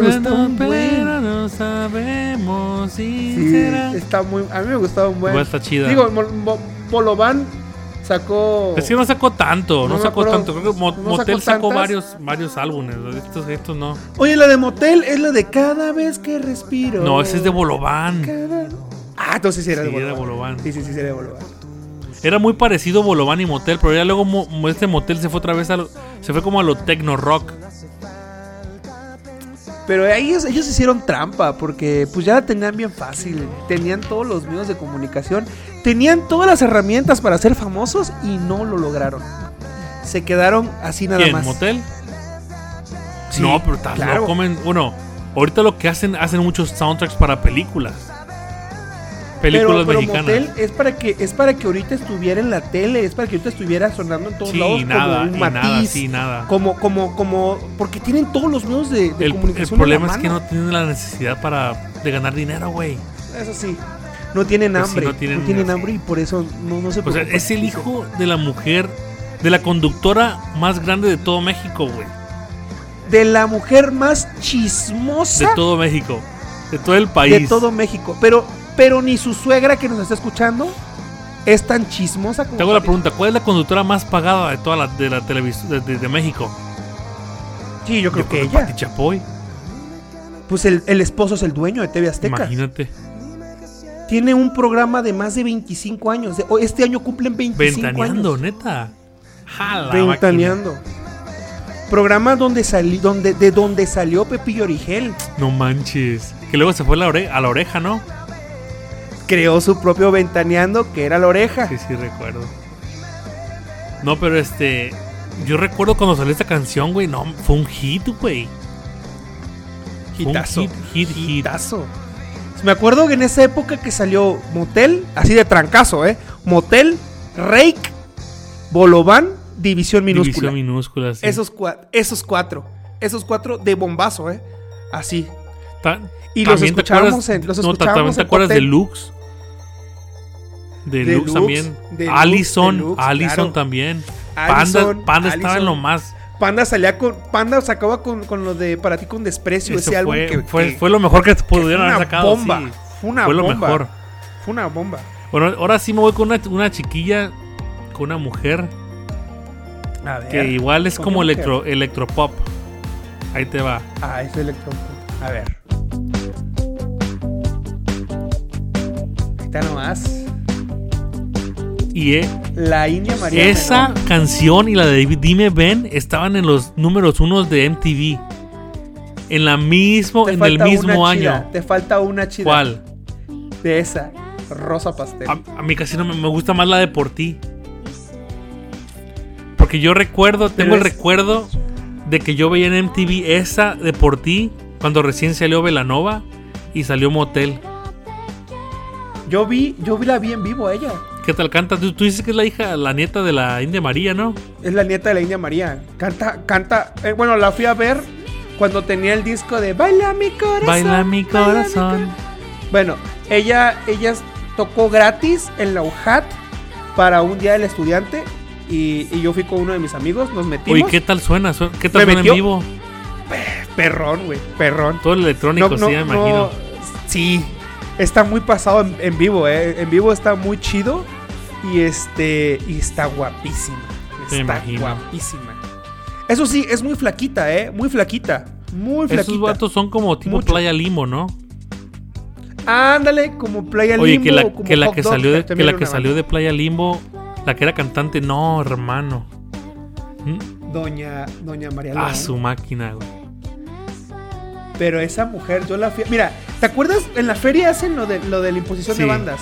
Speaker 4: Me
Speaker 5: gustaba un buen.
Speaker 4: No sabemos,
Speaker 5: Sí,
Speaker 4: sincera.
Speaker 5: está muy, a mí me gustaba un buen.
Speaker 4: Igual está chida.
Speaker 5: Digo, Mo- Mo- Bolobán sacó.
Speaker 4: Es que no sacó tanto, no,
Speaker 5: No me
Speaker 4: sacó
Speaker 5: acuerdo.
Speaker 4: tanto. Creo que Mo-
Speaker 5: No sacó
Speaker 4: Motel sacó,
Speaker 5: tantas.
Speaker 4: varios, varios álbumes. Estos, estos no.
Speaker 5: Oye, la de Motel es la de cada vez que respiro.
Speaker 4: No, ese es de Bolobán.
Speaker 5: Cada- Ah, entonces sí era
Speaker 4: Sí,
Speaker 5: de
Speaker 4: era
Speaker 5: Bolobán.
Speaker 4: Bolobán.
Speaker 5: Sí, sí, sí, sí, era de Bolobán.
Speaker 4: Era muy parecido Bolobán y Motel, pero ya luego mo- mo- este Motel se fue otra vez a lo- se fue como a lo techno rock.
Speaker 5: Pero ellos, ellos hicieron trampa porque pues ya la tenían bien fácil. Tenían todos los medios de comunicación. Tenían todas las herramientas para ser famosos y no lo lograron. Se quedaron así nada
Speaker 4: ¿Quién?
Speaker 5: más.
Speaker 4: ¿Motel?
Speaker 5: Sí,
Speaker 4: no, pero estás
Speaker 5: claro.
Speaker 4: loco, men. Bueno, ahorita lo que hacen, hacen muchos soundtracks para películas. Películas
Speaker 5: pero, pero
Speaker 4: mexicanas.
Speaker 5: Motel es para que es para que ahorita estuviera en la tele, es para que ahorita estuviera sonando en todos
Speaker 4: sí,
Speaker 5: lados
Speaker 4: nada,
Speaker 5: como un
Speaker 4: y
Speaker 5: matiz,
Speaker 4: nada, sí, nada.
Speaker 5: como como como porque tienen todos los medios de, de
Speaker 4: El, el
Speaker 5: comunicación. en
Speaker 4: problema
Speaker 5: la
Speaker 4: es que
Speaker 5: mano.
Speaker 4: no tienen la necesidad para de ganar dinero, güey.
Speaker 5: eso sí, no tienen
Speaker 4: Pues sí,
Speaker 5: hambre,
Speaker 4: no
Speaker 5: no tienen,
Speaker 4: tienen-
Speaker 5: hambre y por eso no, no se
Speaker 4: O sea,
Speaker 5: preocupan.
Speaker 4: es el hijo de la mujer, de la conductora más grande de todo México, güey.
Speaker 5: de la mujer más
Speaker 4: De
Speaker 5: chismosa
Speaker 4: todo México. De todo el país.
Speaker 5: de todo México, pero pero ni su suegra que nos está escuchando es tan chismosa como
Speaker 4: Te hago la
Speaker 5: papi.
Speaker 4: pregunta, ¿cuál es la conductora más pagada de toda la, de la televisión de, de- de México?
Speaker 5: Sí, yo creo
Speaker 4: Yo
Speaker 5: que
Speaker 4: que Pati
Speaker 5: ella.
Speaker 4: Chapoy.
Speaker 5: Pues el, el esposo es el dueño de TV Azteca.
Speaker 4: Imagínate.
Speaker 5: Tiene un programa de más de 25 años. De- o- Este año cumplen 25
Speaker 4: Ventaneando,
Speaker 5: años.
Speaker 4: neta. Jala,
Speaker 5: Ventaneando. Programa donde sali- donde, de donde salió Pepillo Origel.
Speaker 4: No manches. Que luego se fue a la, ore- a la oreja, ¿no?
Speaker 5: Creó su propio ventaneando que era la oreja.
Speaker 4: Sí, sí, recuerdo. No, pero este. Yo recuerdo cuando salió esta canción, güey. No, fue un hit, güey. Fue un
Speaker 5: Hitazo.
Speaker 4: Hit, hit, hit.
Speaker 5: Hitazo. Me acuerdo que en esa época que salió Motel, así de trancazo, ¿eh? Motel, Rake, Bolobán, División Minúscula.
Speaker 4: División minúscula. sí.
Speaker 5: esos, cua- esos cuatro. Esos cuatro de bombazo, ¿eh? Así.
Speaker 4: Ta-
Speaker 5: y los
Speaker 4: también te acuerdas-
Speaker 5: escuchábamos en- los
Speaker 4: no, ta-
Speaker 5: escuchábamos
Speaker 4: también te
Speaker 5: en
Speaker 4: acuerdas de
Speaker 5: Cotel.
Speaker 4: Lux. De,
Speaker 5: De
Speaker 4: Lux,
Speaker 5: Lux,
Speaker 4: también.
Speaker 5: de Lux,
Speaker 4: Allison.
Speaker 5: de Lux,
Speaker 4: Allison
Speaker 5: claro.
Speaker 4: también. Panda,
Speaker 5: Allison,
Speaker 4: Panda estaba en
Speaker 5: Allison.
Speaker 4: lo más.
Speaker 5: Panda salía con. Panda sacaba con, con lo de Para ti con desprecio,
Speaker 4: Eso
Speaker 5: ese álbum
Speaker 4: fue,
Speaker 5: que.
Speaker 4: fue,
Speaker 5: que-
Speaker 4: fue lo mejor que
Speaker 5: que fue
Speaker 4: pudieron haber sacado.
Speaker 5: bomba.
Speaker 4: sí.
Speaker 5: Fue una
Speaker 4: Fue lo
Speaker 5: bomba.
Speaker 4: mejor.
Speaker 5: Fue una bomba.
Speaker 4: Bueno, ahora sí me voy con una, una chiquilla, con una mujer,
Speaker 5: A ver.
Speaker 4: que igual es
Speaker 5: Eh, ¿con
Speaker 4: como
Speaker 5: qué mujer?
Speaker 4: electro, electropop. Ahí te va.
Speaker 5: Ah, es electro. A ver. Ahí Está nomás.
Speaker 4: Y eh,
Speaker 5: La India María.
Speaker 4: esa
Speaker 5: Menor.
Speaker 4: canción y la de Dime Ben estaban en los números unos de MTV. En la mismo,
Speaker 5: Te
Speaker 4: en el
Speaker 5: falta una
Speaker 4: mismo
Speaker 5: chida,
Speaker 4: año.
Speaker 5: Te falta una chida.
Speaker 4: ¿Cuál? Ah.
Speaker 5: De esa. Rosa pastel.
Speaker 4: A, a mí casi no me, me gusta más la de por ti. Porque yo recuerdo, tengo el
Speaker 5: es-
Speaker 4: recuerdo de que yo veía en MTV esa de por ti cuando recién salió Velanova y salió Motel.
Speaker 5: Yo vi, yo vi la vi en vivo a ella.
Speaker 4: ¿Qué tal canta? Tú, tú dices que es la hija, la nieta de la India María, ¿no?
Speaker 5: Es la nieta de la India María. Canta, canta. eh, bueno, la fui a ver cuando tenía el disco de Baila mi corazón.
Speaker 4: Baila mi corazón.
Speaker 5: Bueno, ella, ella tocó gratis en la UJAT para un día del estudiante. Y, y yo fui con uno de mis amigos, nos metimos.
Speaker 4: Uy, ¿qué tal suena? Su- ¿Qué tal suena
Speaker 5: Me
Speaker 4: en
Speaker 5: metió-
Speaker 4: vivo?
Speaker 5: Perrón, güey, perrón.
Speaker 4: Todo el electrónico, sí, me imagino.
Speaker 5: sí, está muy pasado en, en vivo, eh. En vivo está muy chido. Y este, y está guapísima.
Speaker 4: Me
Speaker 5: Está
Speaker 4: imagino.
Speaker 5: guapísima. Eso sí, es muy flaquita, eh. Muy flaquita. Muy flaquita.
Speaker 4: Esos vatos son como tipo
Speaker 5: Mucho.
Speaker 4: Playa Limo, ¿no?
Speaker 5: Ándale, como Playa
Speaker 4: Oye,
Speaker 5: Limbo,
Speaker 4: que la
Speaker 5: como
Speaker 4: que, la
Speaker 5: Hot
Speaker 4: que
Speaker 5: Dog,
Speaker 4: salió de,
Speaker 5: también
Speaker 4: que la
Speaker 5: era
Speaker 4: que
Speaker 5: una
Speaker 4: salió
Speaker 5: banda.
Speaker 4: de Playa Limbo, la que era cantante, no, hermano. Mm,
Speaker 5: Doña, Doña María
Speaker 4: Ah,
Speaker 5: León.
Speaker 4: su máquina, güey.
Speaker 5: Pero esa mujer, yo la fui. Mira, ¿te acuerdas? En la feria hacen lo de, lo de la imposición de
Speaker 4: Sí.
Speaker 5: bandas.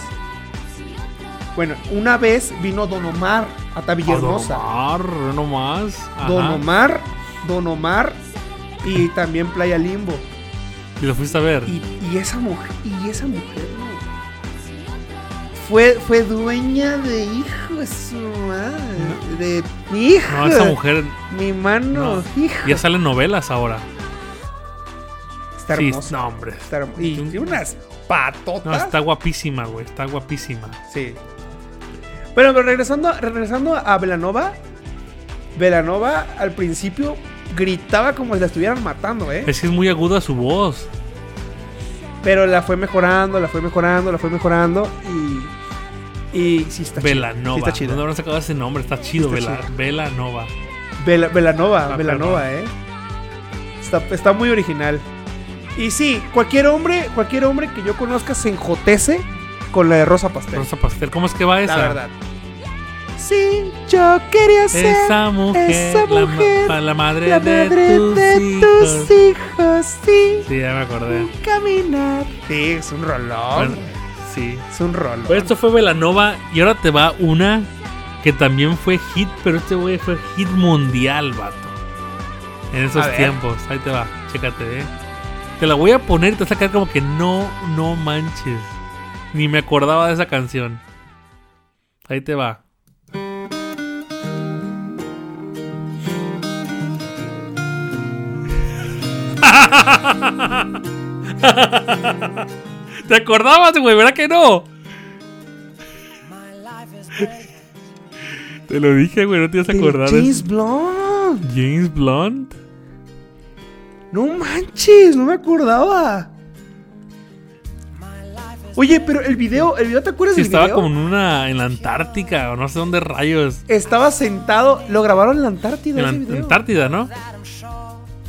Speaker 5: Bueno, una vez vino Don Omar a Tavillahermosa.
Speaker 4: Ah, Don Omar, no más. Ajá.
Speaker 5: Don Omar, Don Omar y también Playa Limbo.
Speaker 4: Y lo fuiste a ver.
Speaker 5: Y, y esa mujer, y esa mujer, no. Fue, fue dueña de hijo de su madre. De mi hijo.
Speaker 4: No, esa mujer
Speaker 5: Mi mano,
Speaker 4: No.
Speaker 5: hijo.
Speaker 4: ya sale en novelas ahora.
Speaker 5: Está
Speaker 4: Sí,
Speaker 5: hermosa.
Speaker 4: no, hombre.
Speaker 5: Está hermo- Y tiene unas patotas.
Speaker 4: No, está guapísima, güey. Está guapísima.
Speaker 5: Sí. Bueno, pero regresando, regresando a Velanova. Velanova al principio gritaba como si la estuvieran matando, ¿eh?
Speaker 4: Es que es muy aguda su voz.
Speaker 5: Pero la fue mejorando, la fue mejorando, la fue mejorando y. Y sí está chida. Sí
Speaker 4: Velanova.
Speaker 5: está chida.
Speaker 4: ¿Dónde habrán sacado ese nombre? Está chido,
Speaker 5: Está
Speaker 4: Vela-
Speaker 5: chida.
Speaker 4: Velanova.
Speaker 5: Vela- Velanova,
Speaker 4: Ah,
Speaker 5: Velanova, eh. Está, está muy original. Y sí, cualquier hombre, cualquier hombre que yo conozca se enjotece con la de Rosa Pastel.
Speaker 4: Rosa Pastel. ¿Cómo es que va esa?
Speaker 5: La verdad. Sí, yo quería ser
Speaker 4: Esa mujer,
Speaker 5: esa
Speaker 4: la ma-
Speaker 5: mujer,
Speaker 4: pa- la, madre,
Speaker 5: la
Speaker 4: de,
Speaker 5: madre
Speaker 4: tus,
Speaker 5: de, tus
Speaker 4: hijos.
Speaker 5: hijos, sí,
Speaker 4: Sí, ya me acordé.
Speaker 5: caminar. Sí, es un rolón.
Speaker 4: Bueno, sí.
Speaker 5: es un rolón.
Speaker 4: Pues esto fue Velanova y ahora te va una que también fue hit, pero este güey fue hit mundial, vato. En esos
Speaker 5: A ver.
Speaker 4: tiempos. Ahí te va, chécate, eh. Te la voy a poner y te vas a quedar como que no, no manches. Ni me acordaba de esa canción. Ahí te va. ¿Te acordabas, güey? ¿Verdad que no? Te lo dije, güey, no te ibas a
Speaker 5: Del
Speaker 4: acordar.
Speaker 5: James
Speaker 4: Es
Speaker 5: Blunt.
Speaker 4: James Blunt.
Speaker 5: No manches, no me acordaba. Oye, pero el video, el video, ¿te acuerdas
Speaker 4: Sí,
Speaker 5: del
Speaker 4: estaba
Speaker 5: video?
Speaker 4: como en una. en la Antártica o no sé dónde rayos.
Speaker 5: Estaba sentado, lo grabaron en la Antártida
Speaker 4: En la
Speaker 5: ese video.
Speaker 4: Antártida, ¿no?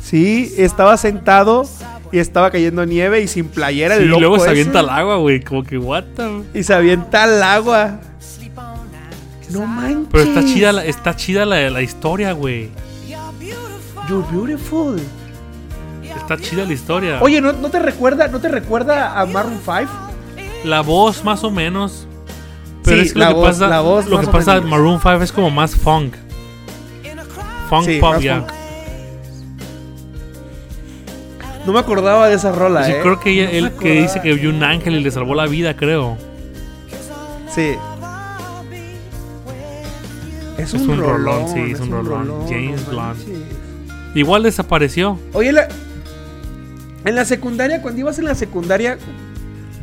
Speaker 5: Sí, estaba sentado y estaba cayendo nieve y sin playera
Speaker 4: Sí,
Speaker 5: el
Speaker 4: y
Speaker 5: loco
Speaker 4: luego se
Speaker 5: ese.
Speaker 4: avienta al agua, güey. Como que, what the-
Speaker 5: Y se avienta al agua. No manches.
Speaker 4: Pero está chida la, está chida la, la historia, güey.
Speaker 5: You're beautiful.
Speaker 4: Está chida la historia.
Speaker 5: Oye, ¿no, no te recuerda, ¿no te recuerda a Maroon 5?
Speaker 4: La voz más o menos. Pero
Speaker 5: Sí,
Speaker 4: es que
Speaker 5: la
Speaker 4: lo que
Speaker 5: voz-
Speaker 4: pasa,
Speaker 5: la voz
Speaker 4: lo
Speaker 5: más
Speaker 4: que
Speaker 5: o
Speaker 4: pasa
Speaker 5: menos.
Speaker 4: Maroon 5 es como más funk. Funk
Speaker 5: Sí,
Speaker 4: pop,
Speaker 5: más
Speaker 4: ya.
Speaker 5: funk. No me acordaba de esa rola,
Speaker 4: Yo
Speaker 5: ¿eh?
Speaker 4: creo que
Speaker 5: No
Speaker 4: ella-
Speaker 5: me
Speaker 4: él que
Speaker 5: acordaba.
Speaker 4: dice que vio un ángel y le salvó la vida, creo.
Speaker 5: Sí. Es
Speaker 4: un rolón, sí, es un rolón. James
Speaker 5: no
Speaker 4: Blunt.
Speaker 5: manches.
Speaker 4: Igual desapareció.
Speaker 5: Oye, la- en la secundaria, cuando ibas en la secundaria,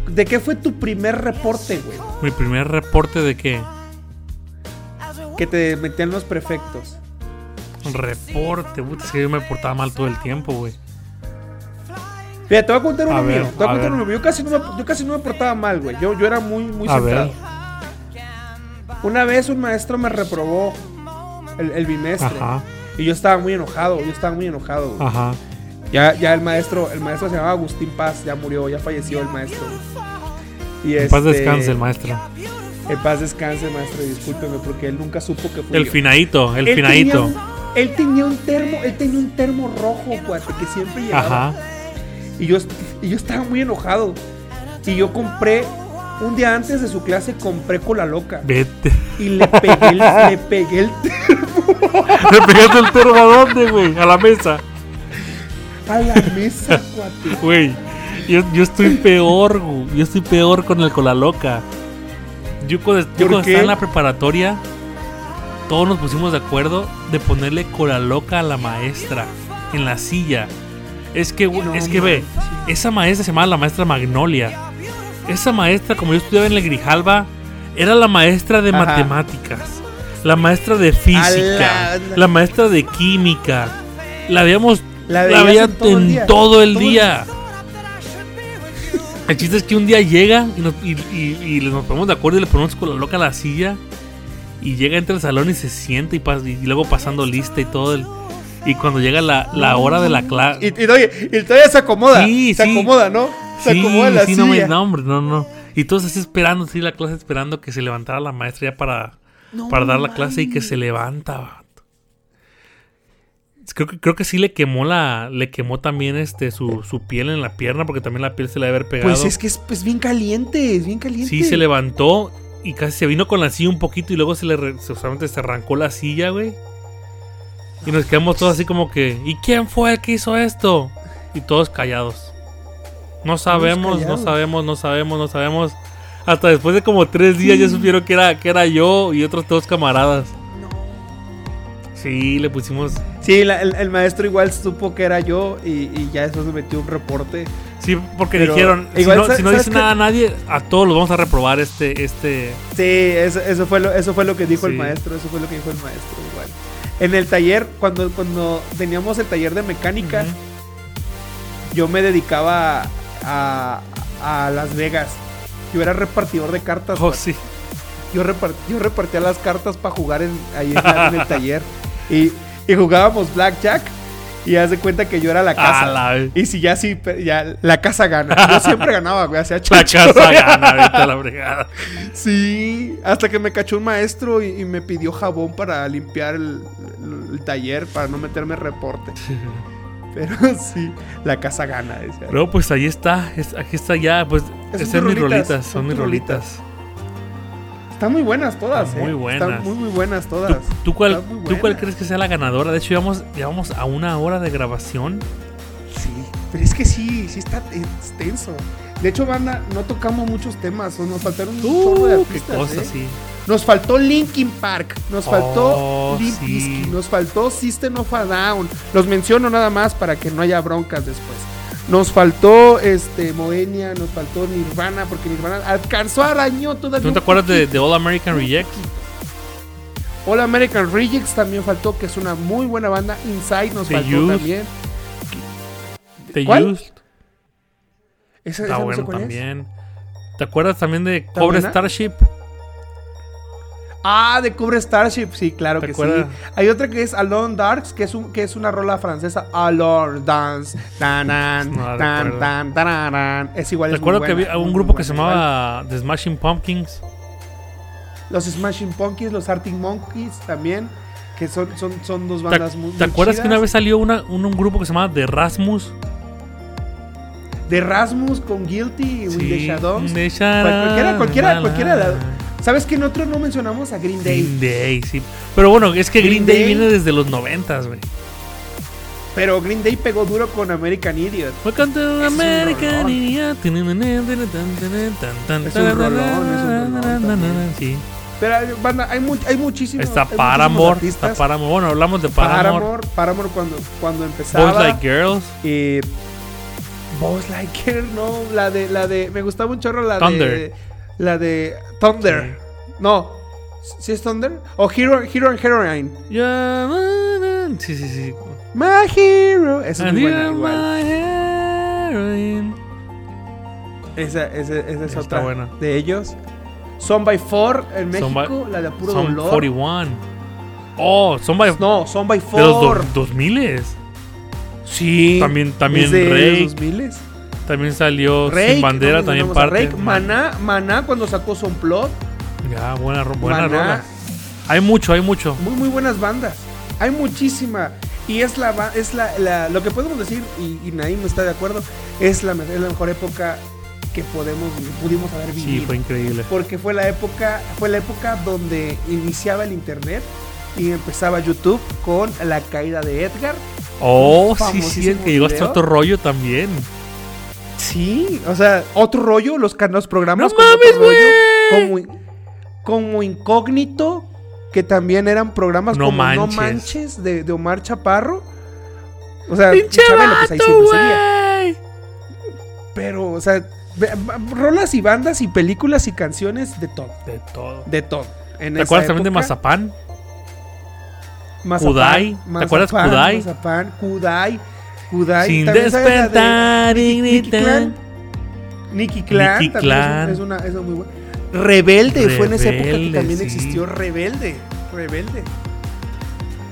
Speaker 5: ¿de qué fue tu primer reporte, güey?
Speaker 4: Mi primer reporte de que
Speaker 5: Que te metían los prefectos.
Speaker 4: reporte, puta, es que yo me portaba mal todo el tiempo, güey.
Speaker 5: Mira, te voy a contar uno
Speaker 4: A ver,
Speaker 5: mío. Te voy
Speaker 4: a
Speaker 5: a
Speaker 4: ver.
Speaker 5: contar uno mío. Yo casi no me, yo casi no me portaba mal, güey. Yo, yo era muy, muy
Speaker 4: A
Speaker 5: centrado.
Speaker 4: ver.
Speaker 5: Una vez un maestro me reprobó el, el bimestre.
Speaker 4: Ajá, Ah.
Speaker 5: Y yo estaba muy enojado, yo estaba muy enojado, güey.
Speaker 4: ajá.
Speaker 5: Ya, ya el maestro, el maestro se llamaba Agustín Paz, ya murió, ya falleció el maestro. güey. Y
Speaker 4: En paz
Speaker 5: este,
Speaker 4: descanse el maestro.
Speaker 5: En paz descanse, maestro, y discúlpeme porque él nunca supo que fue
Speaker 4: El finadito, el finadito.
Speaker 5: él tenía un termo, él tenía un termo rojo, cuate, que siempre llevaba.
Speaker 4: Ajá.
Speaker 5: Y yo, est- y yo estaba muy enojado. Y yo compré, un día antes de su clase, compré cola loca.
Speaker 4: Vete.
Speaker 5: Y le pegué el, le pegué el
Speaker 4: Le pegaste el turbo a dónde, güey? A la mesa.
Speaker 5: a la mesa, cuate.
Speaker 4: Güey, yo, yo estoy peor, güey. Yo estoy peor con el cola loca. Yo cuando, yo
Speaker 5: ¿Por
Speaker 4: cuando
Speaker 5: qué?
Speaker 4: estaba en la preparatoria, todos nos pusimos de acuerdo de ponerle cola loca a la maestra en la silla. Es que, güey, es que ve, esa maestra se llamaba la maestra Magnolia. Esa maestra, como yo estudiaba en el Grijalba, era la maestra de
Speaker 5: Ajá.
Speaker 4: matemáticas, la maestra de física,
Speaker 5: la-
Speaker 4: la maestra de química. La veíamos
Speaker 5: La
Speaker 4: la
Speaker 5: veías
Speaker 4: veía
Speaker 5: en todo el día.
Speaker 4: en todo el
Speaker 5: Todo el
Speaker 4: día. El chiste es que un día llega y nos, y, y- y nos ponemos de acuerdo y le ponemos con la loca a la silla. Y llega, entra al salón y se sienta y, pas- y luego pasando lista y todo. el- y cuando llega la, la hora de la clase.
Speaker 5: Y, y, oye, y todavía se acomoda.
Speaker 4: Sí,
Speaker 5: se
Speaker 4: sí.
Speaker 5: acomoda, ¿no? Se
Speaker 4: Sí,
Speaker 5: acomoda en la
Speaker 4: sí,
Speaker 5: silla.
Speaker 4: no, me- no, hombre, no, no. Y todos así esperando, así la clase esperando que se levantara la maestra ya para, para dar la clase y que se levanta. vato. Creo que, creo que sí le quemó la, le quemó también este su, su piel en la pierna, porque también la piel se le debe haber pegado.
Speaker 5: Pues es que es pues, bien caliente, es bien caliente.
Speaker 4: Sí, se levantó y casi se vino con la silla un poquito y luego se le re- se- solamente se arrancó la silla, güey. Y nos quedamos todos así como que, ¿y quién fue el que hizo esto? Y todos callados. No sabemos,
Speaker 5: callados.
Speaker 4: no sabemos, no sabemos, no sabemos. Hasta después de como tres días ya supieron que era, que era yo y otros dos camaradas. Sí, le pusimos.
Speaker 5: Sí, la- el, el maestro igual supo que era yo y, y ya después me metió un reporte.
Speaker 4: Sí, porque
Speaker 5: Pero
Speaker 4: dijeron, si
Speaker 5: igual,
Speaker 4: no,
Speaker 5: ¿sabes-
Speaker 4: si no
Speaker 5: sabes
Speaker 4: dice
Speaker 5: qué?
Speaker 4: nada a nadie, a todos los vamos a reprobar este, este,
Speaker 5: Sí, eso, eso fue, lo, eso fue lo que dijo el
Speaker 4: Sí.
Speaker 5: maestro, eso fue lo que dijo el maestro igual. En el taller, cuando, cuando teníamos el taller de mecánica, yo me dedicaba a, a Las Vegas. Yo era repartidor de cartas.
Speaker 4: oh,
Speaker 5: cuate.
Speaker 4: sí.
Speaker 5: Yo, repar- yo repartía las cartas para jugar en, ahí en, la- en el taller. Y, y jugábamos Blackjack. Y haz de cuenta que yo era la casa.
Speaker 4: A la-
Speaker 5: Y si ya sí, pe- ya la casa gana. Yo siempre ganaba, güey. Hacía
Speaker 4: La
Speaker 5: chancho.
Speaker 4: casa gana, vete a la brigada.
Speaker 5: Sí. Hasta que me cachó un maestro y, y me pidió jabón para limpiar el, el- el taller, para no meterme reporte. Pero sí, la casa gana, decía.
Speaker 4: Pero pues ahí está, es- aquí está ya, pues
Speaker 5: Esas
Speaker 4: esas
Speaker 5: son
Speaker 4: son mis
Speaker 5: rolitas,
Speaker 4: rolitas,
Speaker 5: son
Speaker 4: son mis
Speaker 5: tus
Speaker 4: rolitas.
Speaker 5: Están muy buenas todas,
Speaker 4: Están
Speaker 5: eh.
Speaker 4: muy buenas.
Speaker 5: Están muy, muy buenas
Speaker 4: ¿Tú,
Speaker 5: todas.
Speaker 4: tú cuál,
Speaker 5: Están muy
Speaker 4: ¿Tú cuál
Speaker 5: buenas.
Speaker 4: crees que sea la ganadora? De hecho, llevamos, llevamos a una hora de grabación.
Speaker 5: Sí, pero es que sí, sí está ten- extenso. De hecho, banda, no tocamos muchos temas, o nos faltaron un chorro de
Speaker 4: Uh, qué
Speaker 5: artistas,
Speaker 4: cosa,
Speaker 5: ¿eh?
Speaker 4: sí.
Speaker 5: Nos faltó Linkin Park, nos faltó
Speaker 4: Oh,
Speaker 5: Limp
Speaker 4: sí.
Speaker 5: Bizkit, nos faltó System of a Down. Los menciono nada más para que no haya broncas después. Nos faltó este Moenia, nos faltó Nirvana, porque Nirvana alcanzó a Arañó todavía.
Speaker 4: ¿Tú no te
Speaker 5: un
Speaker 4: acuerdas de,
Speaker 5: poquito.
Speaker 4: de All American Reject?
Speaker 5: All American Rejects también faltó, que es una muy buena banda. Inside nos
Speaker 4: The
Speaker 5: faltó
Speaker 4: Used.
Speaker 5: también.
Speaker 4: The
Speaker 5: ¿Cuál?
Speaker 4: Used,
Speaker 5: Esa, esa
Speaker 4: está
Speaker 5: no sé
Speaker 4: bueno
Speaker 5: cuál es.
Speaker 4: también. ¿Te acuerdas también de Cobra
Speaker 5: buena?
Speaker 4: Starship?
Speaker 5: Ah, de Cobra Starship, sí, claro
Speaker 4: ¿Te
Speaker 5: que
Speaker 4: acuerdas?
Speaker 5: sí. Hay otra que es Alone Darks, que es, un, que es una rola francesa. Alone Dance. Tan, tan,
Speaker 4: No la
Speaker 5: tan,
Speaker 4: recuerdo.
Speaker 5: tan, tararán. Es igual.
Speaker 4: ¿Te
Speaker 5: es muy
Speaker 4: acuerdas que
Speaker 5: buena,
Speaker 4: había
Speaker 5: muy,
Speaker 4: un
Speaker 5: muy
Speaker 4: grupo que
Speaker 5: buena,
Speaker 4: se
Speaker 5: igual.
Speaker 4: llamaba The Smashing Pumpkins?
Speaker 5: Los Smashing Pumpkins, los Arctic Monkeys también. Que son, son, son dos
Speaker 4: ¿Te,
Speaker 5: bandas muy
Speaker 4: te
Speaker 5: muy
Speaker 4: acuerdas que
Speaker 5: chidas.
Speaker 4: una vez salió una, un, un grupo que se llamaba The Rasmus?
Speaker 5: De Rasmus con Guilty y With the Shadows.
Speaker 4: The
Speaker 5: Cual- Cualquiera, cualquiera,
Speaker 4: Shadows.
Speaker 5: cualquiera. la- ¿Sabes que en otro no mencionamos a Green Day?
Speaker 4: Green Day, sí. Pero bueno, es que Green,
Speaker 5: Green
Speaker 4: Day,
Speaker 5: Day.
Speaker 4: viene desde los noventas, güey.
Speaker 5: Pero Green Day pegó duro con American Idiot.
Speaker 4: Welcome to
Speaker 5: un
Speaker 4: America,
Speaker 5: rolón.
Speaker 4: niña. Tan, tan,
Speaker 5: Es un rolón, es un rolón
Speaker 4: tan,
Speaker 5: también.
Speaker 4: tan, Sí.
Speaker 5: Pero hay- banda, hay, mu- hay muchísimos.
Speaker 4: Está
Speaker 5: hay muchísimos
Speaker 4: Paramore,
Speaker 5: artistas.
Speaker 4: está Paramore. Bueno, hablamos de Paramore.
Speaker 5: Paramore. Paramore cuando, cuando empezaba.
Speaker 4: Boys Like Girls,
Speaker 5: Eh, Buzz Lightyear, no, la de, la de, me gustaba un chorro la
Speaker 4: Thunder.
Speaker 5: de, la de Thunder, no, ¿sí es Thunder? O Hero, Hero and Heroine,
Speaker 4: Ya, Sí, sí, sí.
Speaker 5: My Hero, esa es
Speaker 4: And
Speaker 5: muy
Speaker 4: you
Speaker 5: buena
Speaker 4: are
Speaker 5: igual,
Speaker 4: my heroine.
Speaker 5: esa, esa, esa es
Speaker 4: Está
Speaker 5: otra
Speaker 4: buena.
Speaker 5: de ellos, Son by Four en México,
Speaker 4: Son by-
Speaker 5: la de Puro
Speaker 4: Son
Speaker 5: Dolor,
Speaker 4: 41. Oh, son by-
Speaker 5: no, Son by
Speaker 4: de los do-
Speaker 5: Four,
Speaker 4: 2000
Speaker 5: sí,
Speaker 4: También,
Speaker 5: es
Speaker 4: también
Speaker 5: de
Speaker 4: Rake.
Speaker 5: los 2000s.
Speaker 4: También salió
Speaker 5: Rake,
Speaker 4: Sin Bandera,
Speaker 5: no
Speaker 4: también
Speaker 5: mencionamos a
Speaker 4: parte.
Speaker 5: Rake, Maná, Maná cuando sacó Son Plot,
Speaker 4: Ya, buena, ro- buena
Speaker 5: Maná.
Speaker 4: rola. Hay mucho, hay mucho.
Speaker 5: muy muy buenas bandas. Hay muchísima. Y es la ba- es la, la- lo que podemos decir, y, y Naim está de acuerdo, es la, me- es la mejor época que podemos pudimos haber
Speaker 4: Sí,
Speaker 5: vivido.
Speaker 4: fue increíble.
Speaker 5: porque fue la época, fue la época donde iniciaba el internet y empezaba YouTube con la caída de Edgar.
Speaker 4: Oh, sí,
Speaker 5: famosísimo
Speaker 4: sí, el que llegó hasta
Speaker 5: video.
Speaker 4: otro rollo también.
Speaker 5: Sí, o sea, otro rollo, los canales programas.
Speaker 4: ¡No
Speaker 5: como
Speaker 4: mames,
Speaker 5: Otro Rollo,
Speaker 4: güey!
Speaker 5: Como, in- como incógnito, que también eran programas
Speaker 4: No
Speaker 5: como
Speaker 4: manches.
Speaker 5: No Manches de, de Omar Chaparro. O sea,
Speaker 4: ¡Pinche
Speaker 5: Chabelo, pues ahí
Speaker 4: vato,
Speaker 5: siempre seguía.
Speaker 4: güey!
Speaker 5: Pero, o sea, ve- rolas y bandas y películas y canciones de todo,
Speaker 4: De todo.
Speaker 5: de todo. En
Speaker 4: ¿Te
Speaker 5: esa
Speaker 4: acuerdas también de
Speaker 5: época,
Speaker 4: Mazapán?
Speaker 5: Mazapán,
Speaker 4: Kudai? ¿Te
Speaker 5: Mazapán,
Speaker 4: acuerdas Kudai?
Speaker 5: Mazapán, Kudai, Kudai.
Speaker 4: Sin
Speaker 5: También, ¿sabes la de
Speaker 4: despertar y
Speaker 5: Nicky- Nicky
Speaker 4: gritar.
Speaker 5: Clan? Nicky Clan.
Speaker 4: Nicky
Speaker 5: también es un-
Speaker 4: Clan.
Speaker 5: Es, una, es una muy buena. Rebelde, fue en esa época que
Speaker 4: Rebelde,
Speaker 5: también
Speaker 4: sí.
Speaker 5: existió Rebelde. Rebelde.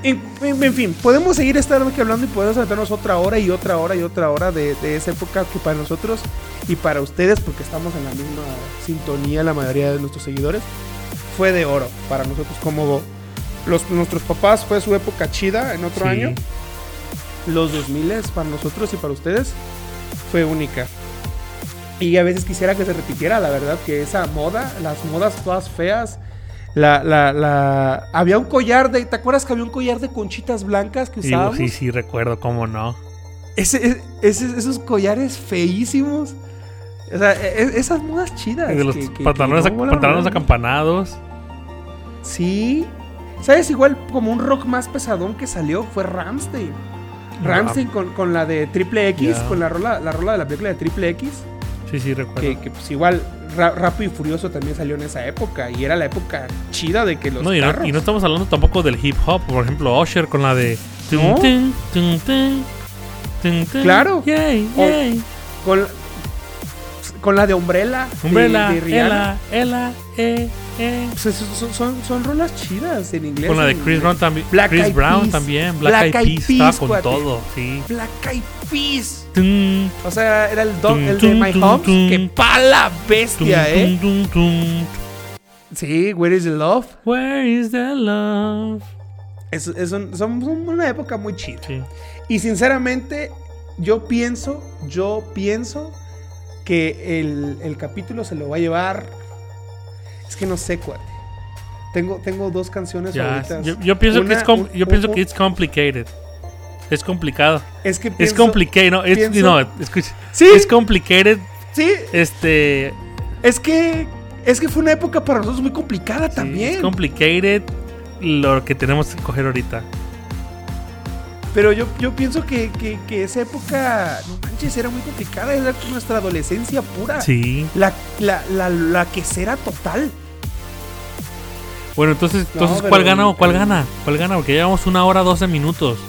Speaker 5: En, en- en fin, podemos seguir estar aquí hablando y podemos saltarnos otra hora y otra hora y otra hora de, de esa época que para nosotros y para ustedes, porque estamos en la misma sintonía la mayoría de nuestros seguidores, fue de oro para nosotros como los, nuestros papás, fue su época chida en otro
Speaker 4: Sí.
Speaker 5: año. Los 2000 para nosotros y para ustedes fue única. Y a veces quisiera que se repitiera, la verdad, que esa moda, las modas todas feas. La, la, la... Había un collar de. ¿Te acuerdas que había un collar de conchitas blancas que
Speaker 4: Sí,
Speaker 5: usábamos?
Speaker 4: sí, sí, recuerdo, cómo no.
Speaker 5: Ese- e, ese- esos collares feísimos. O sea, e- e- esas modas chidas.
Speaker 4: De los
Speaker 5: que- que- que
Speaker 4: pantalones,
Speaker 5: no
Speaker 4: ac-
Speaker 5: volaban
Speaker 4: pantalones
Speaker 5: nada.
Speaker 4: acampanados.
Speaker 5: Sí. ¿Sabes? Igual como un rock más pesadón que salió fue Ramstein. Ramstein con, con la de Triple X,
Speaker 4: Ah. Ya.
Speaker 5: con la rola, la rola de la película de Triple X.
Speaker 4: Sí, sí, recuerdo.
Speaker 5: Que, que, pues igual Ra- Rápido y Furioso también salió en esa época. Y era la época chida de que los
Speaker 4: No y, no,
Speaker 5: carros-
Speaker 4: y no estamos hablando tampoco del hip hop, por ejemplo, Usher con la de tun,
Speaker 5: ¿No?
Speaker 4: tun, tun, tun, tun, tun,
Speaker 5: Claro.
Speaker 4: yay,
Speaker 5: O-
Speaker 4: yay.
Speaker 5: con, con la de Umbrella. de-
Speaker 4: Umbrella,
Speaker 5: de Rihanna.
Speaker 4: ela, ela, eh, eh.
Speaker 5: Pues es- son, son, son rolas chidas en inglés.
Speaker 4: Con la de
Speaker 5: en
Speaker 4: Chris Brown
Speaker 5: inglés.
Speaker 4: también,
Speaker 5: Black
Speaker 4: Chris
Speaker 5: Eyed
Speaker 4: Brown
Speaker 5: Peas.
Speaker 4: también, Black, Eyed
Speaker 5: Black Eyed
Speaker 4: Peas estaba
Speaker 5: Peas,
Speaker 4: con
Speaker 5: cuate.
Speaker 4: todo, sí.
Speaker 5: Black Eyed Peas.
Speaker 4: Tun,
Speaker 5: O sea, era el, don,
Speaker 4: Tum,
Speaker 5: el de
Speaker 4: tum,
Speaker 5: My
Speaker 4: tum,
Speaker 5: Homes.
Speaker 4: tum.
Speaker 5: ¡Qué pala
Speaker 4: tun,
Speaker 5: bestia, eh!
Speaker 4: tun, tun, tun.
Speaker 5: Sí, Where is the Love?
Speaker 4: Where is the love?
Speaker 5: Es, es un- son, son una época muy chida.
Speaker 4: Sí.
Speaker 5: Y sinceramente, yo pienso, yo pienso que el, el capítulo se lo va a llevar. Es que no sé, cuate. Tengo, tengo dos canciones
Speaker 4: Ya,
Speaker 5: favoritas.
Speaker 4: yo, yo pienso que
Speaker 5: Pues Una-
Speaker 4: es com-
Speaker 5: un-
Speaker 4: yo pienso
Speaker 5: un-
Speaker 4: que it's complicated. Es complicado.
Speaker 5: es que
Speaker 4: Es
Speaker 5: pienso-
Speaker 4: complicated, no, es,
Speaker 5: pienso-
Speaker 4: no, escucha.
Speaker 5: Sí.
Speaker 4: Es complicated
Speaker 5: Sí,
Speaker 4: este
Speaker 5: es que es que fue una época para nosotros muy complicada también.
Speaker 4: Es complicated lo que tenemos que coger ahorita.
Speaker 5: Pero yo, yo pienso que, que- que esa época, no manches, era muy complicada. Era nuestra adolescencia pura.
Speaker 4: Sí.
Speaker 5: La, la, la, la quesera total.
Speaker 4: Bueno, entonces,
Speaker 5: No,
Speaker 4: entonces
Speaker 5: pero-
Speaker 4: ¿cuál gana o cuál
Speaker 5: pero-
Speaker 4: gana? ¿Cuál gana? Porque llevamos una hora 12 minutos.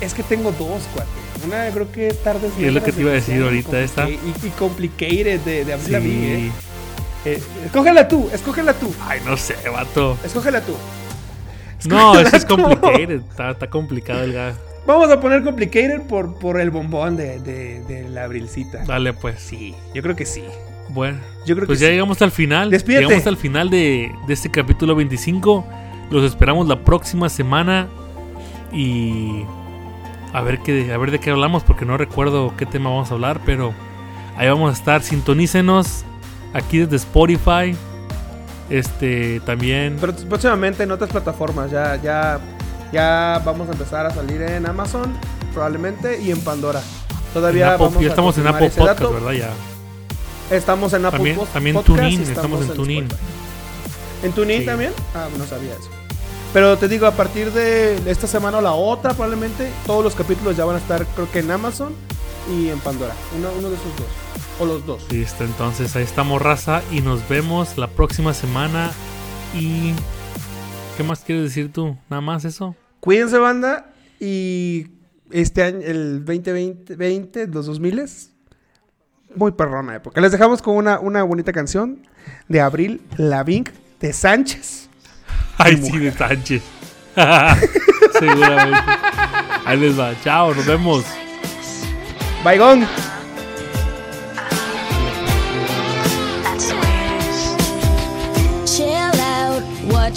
Speaker 5: Es que tengo dos, cuate. Una creo que es tardes
Speaker 4: Es lo que te iba a decir
Speaker 5: Negras,
Speaker 4: ahorita, esta.
Speaker 5: complica- Y, y complicated de, de Avril Lavigne,
Speaker 4: Sí.
Speaker 5: ¿eh? Eh, Escógela tú, escógela tú,
Speaker 4: Ay, no sé, vato.
Speaker 5: escógela tú.
Speaker 4: No,
Speaker 5: Escógela
Speaker 4: eso es
Speaker 5: tú.
Speaker 4: complicated. Está, está complicado el gas.
Speaker 5: Vamos a poner complicated por, por el bombón de, de, de la Abrilcita.
Speaker 4: Dale, pues.
Speaker 5: Sí, yo creo que sí.
Speaker 4: Bueno,
Speaker 5: Yo creo
Speaker 4: pues
Speaker 5: que
Speaker 4: ya
Speaker 5: sí.
Speaker 4: llegamos al final.
Speaker 5: Despídete.
Speaker 4: Llegamos al final de, de este capítulo 25. Los esperamos la próxima semana y a ver qué, a ver de qué hablamos porque no recuerdo qué tema vamos a hablar, pero ahí vamos a estar. Sintonícenos aquí desde Spotify. Este también
Speaker 5: Pero próximamente en otras plataformas, ya, ya, ya vamos a empezar a salir en Amazon, probablemente, y en Pandora. Todavía
Speaker 4: en Apple-
Speaker 5: vamos
Speaker 4: ya
Speaker 5: a
Speaker 4: estamos en
Speaker 5: confirmar
Speaker 4: Apple
Speaker 5: ese
Speaker 4: Podcast,
Speaker 5: dato.
Speaker 4: ¿verdad? Ya.
Speaker 5: Estamos en Apple
Speaker 4: También-
Speaker 5: Pos-
Speaker 4: también
Speaker 5: Podcast y
Speaker 4: TuneIn, estamos en TuneIn.
Speaker 5: Spotify. ¿En TuneIn
Speaker 4: Sí.
Speaker 5: también? Ah, no sabía eso. Pero te digo, a partir de esta semana o la otra, probablemente, todos los capítulos ya van a estar, creo que en Amazon y en Pandora. Uno, uno de esos dos. O los dos.
Speaker 4: Listo, entonces ahí estamos raza y nos vemos la próxima semana y ¿qué más quieres decir tú? Nada más eso.
Speaker 5: Cuídense, banda. Y este año, el 2020, 20, los 2000 muy perrona época. Les dejamos con una, una bonita canción de Abril Lavigne de Sánchez.
Speaker 4: Ay, sí, de Sánchez. Seguramente. Ahí les va. Chao, nos vemos.
Speaker 8: like this.
Speaker 5: Baigón.
Speaker 8: That's the way it is.
Speaker 9: Chill out, what